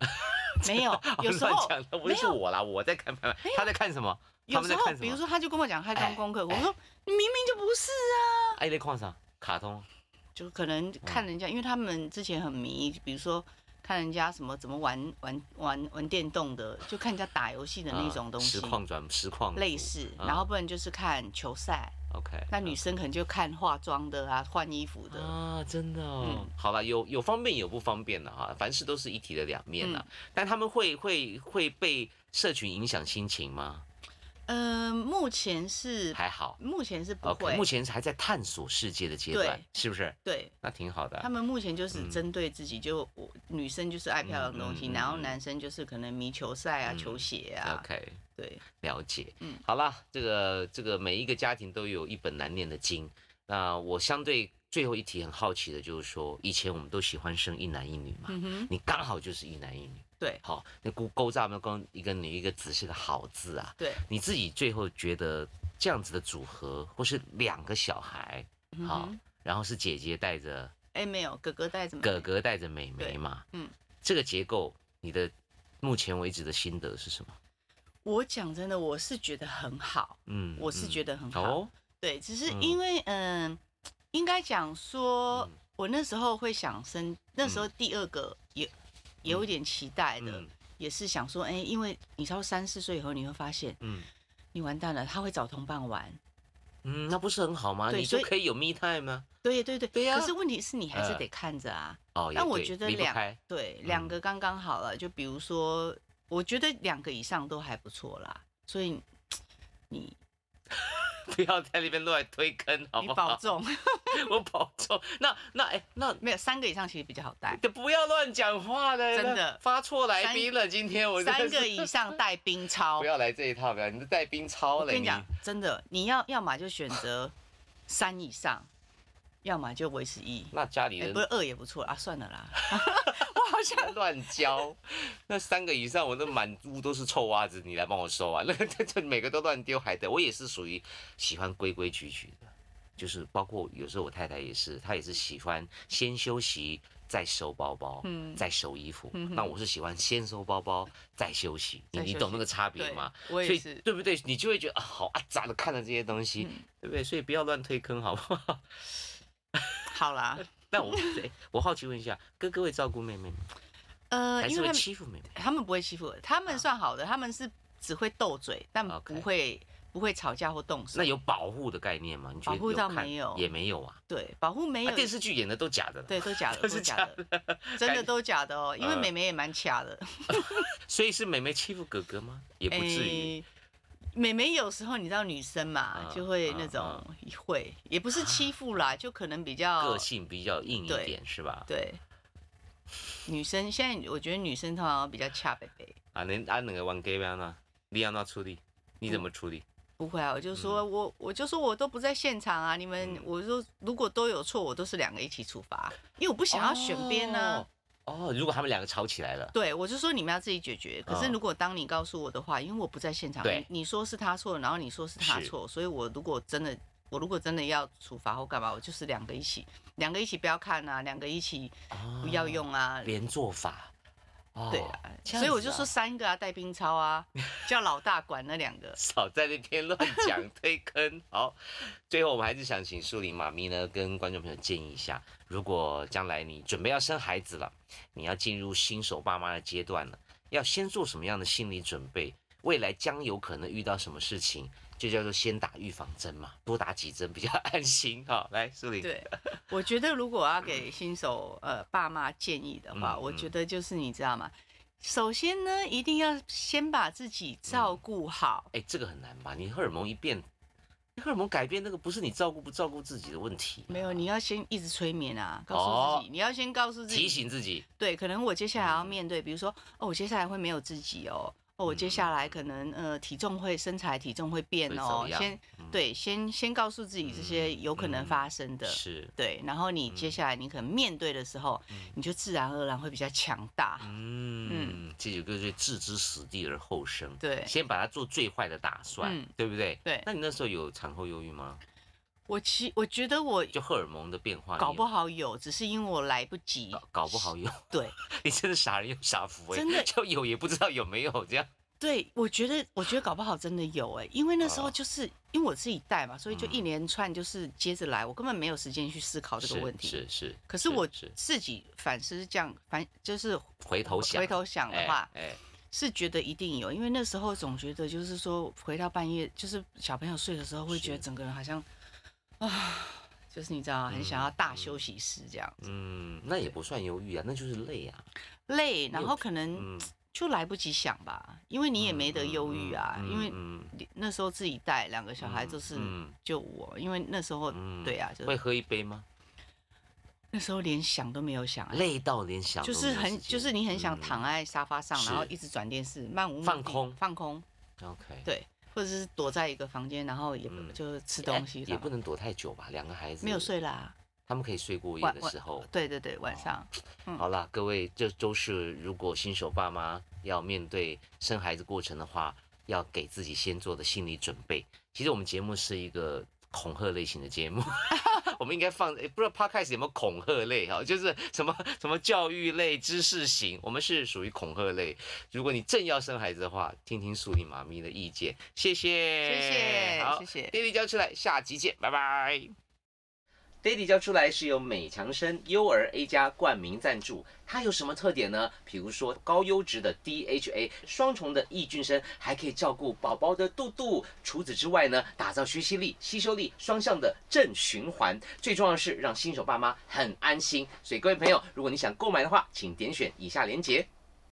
Speaker 2: 没
Speaker 1: [laughs]
Speaker 2: 有，有时
Speaker 1: 乱
Speaker 2: 候
Speaker 1: 讲的，不
Speaker 2: 没
Speaker 1: 是
Speaker 2: 有
Speaker 1: 我啦，我在看拍卖，他在看什么？他
Speaker 2: 有
Speaker 1: 们
Speaker 2: 时
Speaker 1: 在
Speaker 2: 候
Speaker 1: 看，什
Speaker 2: 比如
Speaker 1: 么？
Speaker 2: 说他就跟我讲他
Speaker 1: 哎
Speaker 2: 刚功课，我说你明明就不是啊，
Speaker 1: 哎，在看啥？卡通。
Speaker 2: 就可能
Speaker 1: 嗯
Speaker 2: 看人家，因为他们之前很迷，比如说看人家什么怎么玩玩玩玩电动的，就看人家打游戏的那
Speaker 1: 嗯
Speaker 2: 种东
Speaker 1: 实
Speaker 2: 西，
Speaker 1: 况转实况
Speaker 2: 类
Speaker 1: 组
Speaker 2: 似。
Speaker 1: 嗯
Speaker 2: 然后不然就是看球赛，
Speaker 1: OK，
Speaker 2: 那女生可能就看化妆的啊，换衣服的。嗯
Speaker 1: 啊，真的哦。好了，有有方便有不方便的哈，凡事都是一体的两面
Speaker 2: 嗯
Speaker 1: 啦。但他们会会会被社群影响心情吗？
Speaker 2: 嗯，目前是
Speaker 1: 还好。
Speaker 2: 目前是不
Speaker 1: OK，
Speaker 2: 会
Speaker 1: 目，前还在探索世界的阶段
Speaker 2: 对，
Speaker 1: 是不是？
Speaker 2: 对
Speaker 1: 那挺好的
Speaker 2: 他
Speaker 1: 啊。
Speaker 2: 们目前就是针对自己，就我女生就是爱漂亮的东西，
Speaker 1: 嗯嗯嗯
Speaker 2: 然后男生就是可能迷球赛啊、
Speaker 1: 嗯
Speaker 2: 球鞋啊，
Speaker 1: OK，
Speaker 2: 对，
Speaker 1: 了解。
Speaker 2: 嗯
Speaker 1: 好啦，这个这个每一个家庭都有一本难念的经。那我相对最后一题很好奇的就是说，以前我们都喜欢生一男一女嘛，
Speaker 2: 嗯哼，
Speaker 1: 你刚好就是一男一女。
Speaker 2: 对
Speaker 1: 好，那勾勾扎们跟一个女一个子是个好字啊。
Speaker 2: 对，
Speaker 1: 你自己最后觉得这样子的组合，或是两个小孩，
Speaker 2: 嗯
Speaker 1: 好
Speaker 2: 哼，
Speaker 1: 然后是姐姐带着
Speaker 2: 哎，没有，哥哥带着妹妹
Speaker 1: 哥哥带着妹妹
Speaker 2: 对
Speaker 1: 嘛，
Speaker 2: 嗯，
Speaker 1: 这个结构，你的目前为止的心得是什么？
Speaker 2: 我讲真的，我是觉得很好，
Speaker 1: 嗯，
Speaker 2: 我是觉得很
Speaker 1: 嗯
Speaker 2: 好。
Speaker 1: 哦，
Speaker 2: 对，只是
Speaker 1: 嗯
Speaker 2: 因为嗯、应该讲说
Speaker 1: 嗯，
Speaker 2: 我那时候会想生，那时候第二个也、也有点期待的，
Speaker 1: 嗯
Speaker 2: 也是想说，哎、因为你超三四岁以后，你会发现
Speaker 1: 嗯
Speaker 2: 你完蛋了，他会找同伴玩。
Speaker 1: 嗯，那不是很好吗？
Speaker 2: 对
Speaker 1: 你就
Speaker 2: 所以
Speaker 1: 可以有 me time 啊吗？
Speaker 2: 对对对，
Speaker 1: 对呀
Speaker 2: 可是问题是你还是
Speaker 1: 呃
Speaker 2: 得看着啊。
Speaker 1: 哦，也
Speaker 2: 但我
Speaker 1: 对
Speaker 2: 觉得
Speaker 1: 离不
Speaker 2: 两
Speaker 1: 开， [laughs]
Speaker 2: 对，
Speaker 1: 嗯
Speaker 2: 两个刚刚好了。就比如说，我觉得两个以上都还不错啦。所以你
Speaker 1: 不要在那边乱推坑，好
Speaker 2: 你
Speaker 1: 不
Speaker 2: 保
Speaker 1: 好？ [laughs]
Speaker 2: 重， [laughs]
Speaker 1: 我保重。那那哎，那
Speaker 2: 没有三个以上其实比较好带。
Speaker 1: [laughs] 不要乱讲话了，
Speaker 2: 真的
Speaker 1: 发错来
Speaker 2: 三
Speaker 1: 宾了。今天我真的 [laughs]
Speaker 2: 三
Speaker 1: 是
Speaker 2: 个以上带冰超
Speaker 1: 不，要来这一套，不要，你的带兵超
Speaker 2: 我
Speaker 1: 累。
Speaker 2: 跟你讲，真的，你要要么就选择三以上，要么就维持一。
Speaker 1: 那家里
Speaker 2: 哎、
Speaker 1: 人
Speaker 2: [laughs] 不是二也不错啊，算
Speaker 1: [laughs]
Speaker 2: 了啦。
Speaker 1: 乱教，那三个以上我的满屋都是臭袜子，你来帮我收啊！那 [laughs] 个这这每个都乱丢海带，我也是属于喜欢规规矩矩的，就是包括有时候我太太也是，她也是喜欢先休息再收包包，
Speaker 2: 嗯
Speaker 1: 再收衣服。
Speaker 2: 嗯哼
Speaker 1: 那我是喜欢先收包包再休息，你
Speaker 2: 再
Speaker 1: 你
Speaker 2: 休
Speaker 1: 懂
Speaker 2: 息
Speaker 1: 那个差别
Speaker 2: 对
Speaker 1: 吗？，
Speaker 2: 我
Speaker 1: 所以
Speaker 2: 也是。
Speaker 1: 对不对？你就会觉得啊，好阿杂的看着这些东西，
Speaker 2: 嗯
Speaker 1: 对不对？所以不要乱推坑，好不好？ [laughs]
Speaker 2: 好啦，
Speaker 1: 那我
Speaker 2: [laughs]
Speaker 1: 哎我好奇问一下，哥哥会照顾妹妹吗？
Speaker 2: 呃，
Speaker 1: 还
Speaker 2: 因
Speaker 1: 是
Speaker 2: 为
Speaker 1: 会
Speaker 2: 他们
Speaker 1: 欺负妹妹？
Speaker 2: 他们不会欺负我，他们算好的，他们是只会斗嘴，但
Speaker 1: OK
Speaker 2: 不会不会吵架或动手
Speaker 1: 那。有保护的概念吗？你觉得
Speaker 2: 保护
Speaker 1: 有
Speaker 2: 倒
Speaker 1: 看
Speaker 2: 没有
Speaker 1: 也没有啊。
Speaker 2: 对，保护没
Speaker 1: 啊
Speaker 2: 有。
Speaker 1: 电视剧演的都假的啦，
Speaker 2: 对，都假
Speaker 1: [laughs]
Speaker 2: 的，
Speaker 1: 都
Speaker 2: 都
Speaker 1: 是
Speaker 2: 假
Speaker 1: 假
Speaker 2: 的，真的都假的哦。因为
Speaker 1: 呃
Speaker 2: 妹妹也蛮卡的，
Speaker 1: [laughs] 所以是妹妹欺负哥哥吗？也不至于。
Speaker 2: 诶妹妹有时候你知道女生嘛，
Speaker 1: 嗯
Speaker 2: 就会
Speaker 1: 嗯
Speaker 2: 那种会，也不是欺负啦，就可能比较
Speaker 1: 个性比较硬一
Speaker 2: 哦对
Speaker 1: 点是吧？
Speaker 2: 对。女生现在我觉得女生通常比较恰北北，
Speaker 1: 啊，恁啊两个玩 gay 安呢？你要那处理？你怎么处理？
Speaker 2: 不会啊，我就说我我就说我都不在现场啊，你们
Speaker 1: 嗯
Speaker 2: 我说如果都有错，我都是两个一起处罚，因为我不想要选边啊呢。
Speaker 1: 哦。哦，如果他们两个吵起来了，
Speaker 2: 对，我就说你们要自己解决。可是
Speaker 1: 嗯
Speaker 2: 如果当你告诉我的话，因为我不在现场，
Speaker 1: 对
Speaker 2: 你你说是他错，然后你说是他
Speaker 1: 是
Speaker 2: 错，所以我如果真的我如果真的要处罚或干嘛，我就是两个一起，两个一起不要看啊，两个一起不要
Speaker 1: 哦
Speaker 2: 用啊，
Speaker 1: 连坐法。哦
Speaker 2: 对啊，
Speaker 1: 这样
Speaker 2: 所以我
Speaker 1: 子
Speaker 2: 就
Speaker 1: 啊
Speaker 2: 说三个啊，带冰超啊，叫老大管那
Speaker 1: [laughs]
Speaker 2: 两
Speaker 1: [laughs]
Speaker 2: 个。
Speaker 1: 少在那边乱讲推坑。好，最后我们还是想请树林妈咪呢，跟观众朋友建议一下，如果将来你准备要生孩子了，你要进入新手爸妈的阶段了，要先做什么样的心理准备？未来将有可能遇到什么事情，就叫做先打预防针嘛，多打几针比较安心哈。来，苏玲，
Speaker 2: 对，我觉得如果要给新手呃爸妈建议的话，
Speaker 1: 嗯
Speaker 2: 我
Speaker 1: 嗯
Speaker 2: 觉得就是你知道吗？首先呢，一定要先把自己照顾好。
Speaker 1: 哎，这个很难吧？你荷尔蒙一变，荷尔蒙改变那个不是你照顾不照顾自己的问题啊，
Speaker 2: 没有，你要先一直催眠啊，告诉自己，你要先告诉自
Speaker 1: 哦提
Speaker 2: 己，
Speaker 1: 醒自己，
Speaker 2: 对，可能我接下来要面对，比如说，哦，我接下来会没有自己哦，哦，我接下来可能呃体重会身材体重会变
Speaker 1: 会
Speaker 2: 哦
Speaker 1: 走，样
Speaker 2: 先
Speaker 1: 嗯
Speaker 2: 对，先先告诉自己这些有可能
Speaker 1: 嗯嗯
Speaker 2: 发生的，
Speaker 1: 是，
Speaker 2: 对，然后你接下来你可能面对的时候，你就自然而然会比较强大，
Speaker 1: 嗯，这首歌就置之死地而后生，
Speaker 2: 对
Speaker 1: 先把它做最坏的打算，
Speaker 2: 嗯
Speaker 1: 对不对？
Speaker 2: 对
Speaker 1: 那你那时候有产后忧郁吗？
Speaker 2: 我其我觉得我
Speaker 1: 就荷尔蒙的变化，
Speaker 2: 搞
Speaker 1: 你
Speaker 2: 不
Speaker 1: 有
Speaker 2: 好有，只是因为我来不及。
Speaker 1: 搞搞不好有，
Speaker 2: 对
Speaker 1: [laughs] 你真是傻人有傻福哎、
Speaker 2: 真的
Speaker 1: 就有也不知道有没有这样，
Speaker 2: 对，我觉得我觉得搞不好真的有哎、因为那时候
Speaker 1: 哦
Speaker 2: 就是、因为我自己带嘛，所以就一
Speaker 1: 嗯
Speaker 2: 连串就是接着来，我根本没有时间去思考这个问题。
Speaker 1: 是是是。
Speaker 2: 可是我
Speaker 1: 是
Speaker 2: 自己反思这样反就是
Speaker 1: 回头想，
Speaker 2: 回头想的话，
Speaker 1: 哎、哎
Speaker 2: 是觉得一定有，因为那时候总觉得就是说回到半夜，就是小朋友睡的时候，会觉得
Speaker 1: 是
Speaker 2: 整个人好像啊，就是你知道，很想要大休息室这样，
Speaker 1: 嗯，那也不算忧郁啊，那就是累啊，
Speaker 2: 累，然
Speaker 1: 有
Speaker 2: 后可能
Speaker 1: 嗯，
Speaker 2: 就来不及想吧，因为你也没得忧郁啊，
Speaker 1: 嗯
Speaker 2: 因为
Speaker 1: 嗯
Speaker 2: 你那时候自己带两个小孩，
Speaker 1: 嗯
Speaker 2: 就是
Speaker 1: 嗯
Speaker 2: 就我，因为那时候
Speaker 1: 嗯
Speaker 2: 对啊，就
Speaker 1: 会喝一杯吗？
Speaker 2: 那时候连想都没有想啊，
Speaker 1: 累到连想
Speaker 2: 就
Speaker 1: 都
Speaker 2: 是
Speaker 1: 没有
Speaker 2: 很
Speaker 1: 时间
Speaker 2: 就
Speaker 1: 嗯
Speaker 2: 是你很想躺在沙发上，
Speaker 1: 是
Speaker 2: 然后一直转电视，漫无目
Speaker 1: 放
Speaker 2: 的
Speaker 1: 空
Speaker 2: 放空，
Speaker 1: OK，
Speaker 2: 对，或者是躲在一个房间，然后也不
Speaker 1: 嗯
Speaker 2: 就是吃
Speaker 1: 哎
Speaker 2: 东西干
Speaker 1: 也
Speaker 2: 嘛，
Speaker 1: 不能躲太久吧，两个孩子
Speaker 2: 没有，睡啦，
Speaker 1: 他们可以睡过夜
Speaker 2: 晚
Speaker 1: 的
Speaker 2: 晚
Speaker 1: 时候。
Speaker 2: 对对对，晚
Speaker 1: 哦
Speaker 2: 上嗯
Speaker 1: 好啦，各位，这都是如果新手爸妈要面对生孩子过程的话，要给自己先做的心理准备。其实我们节目是一个恐吓类型的节
Speaker 2: [laughs]
Speaker 1: 目，我们应该放，诶不知道 podcast 有没有恐吓类哈，就是什么什么教育类、知识型，我们是属于恐吓类。如果你正要生孩子的话，听听素丽妈咪的意见，谢谢，
Speaker 2: 谢谢
Speaker 1: 好
Speaker 2: 谢谢。
Speaker 1: 爹地教出来，下集见，拜拜。爹地教出来是由美强生优儿 A 加冠名赞助，它有什么特点呢？比如说高优质的 DHA 双重的益菌生，还可以照顾宝宝的肚肚。除此之外呢，打造学习力、吸收力双向的正循环。最重要的是让新手爸妈很安心。所以各位朋友，如果你想购买的话，请点选以下链接。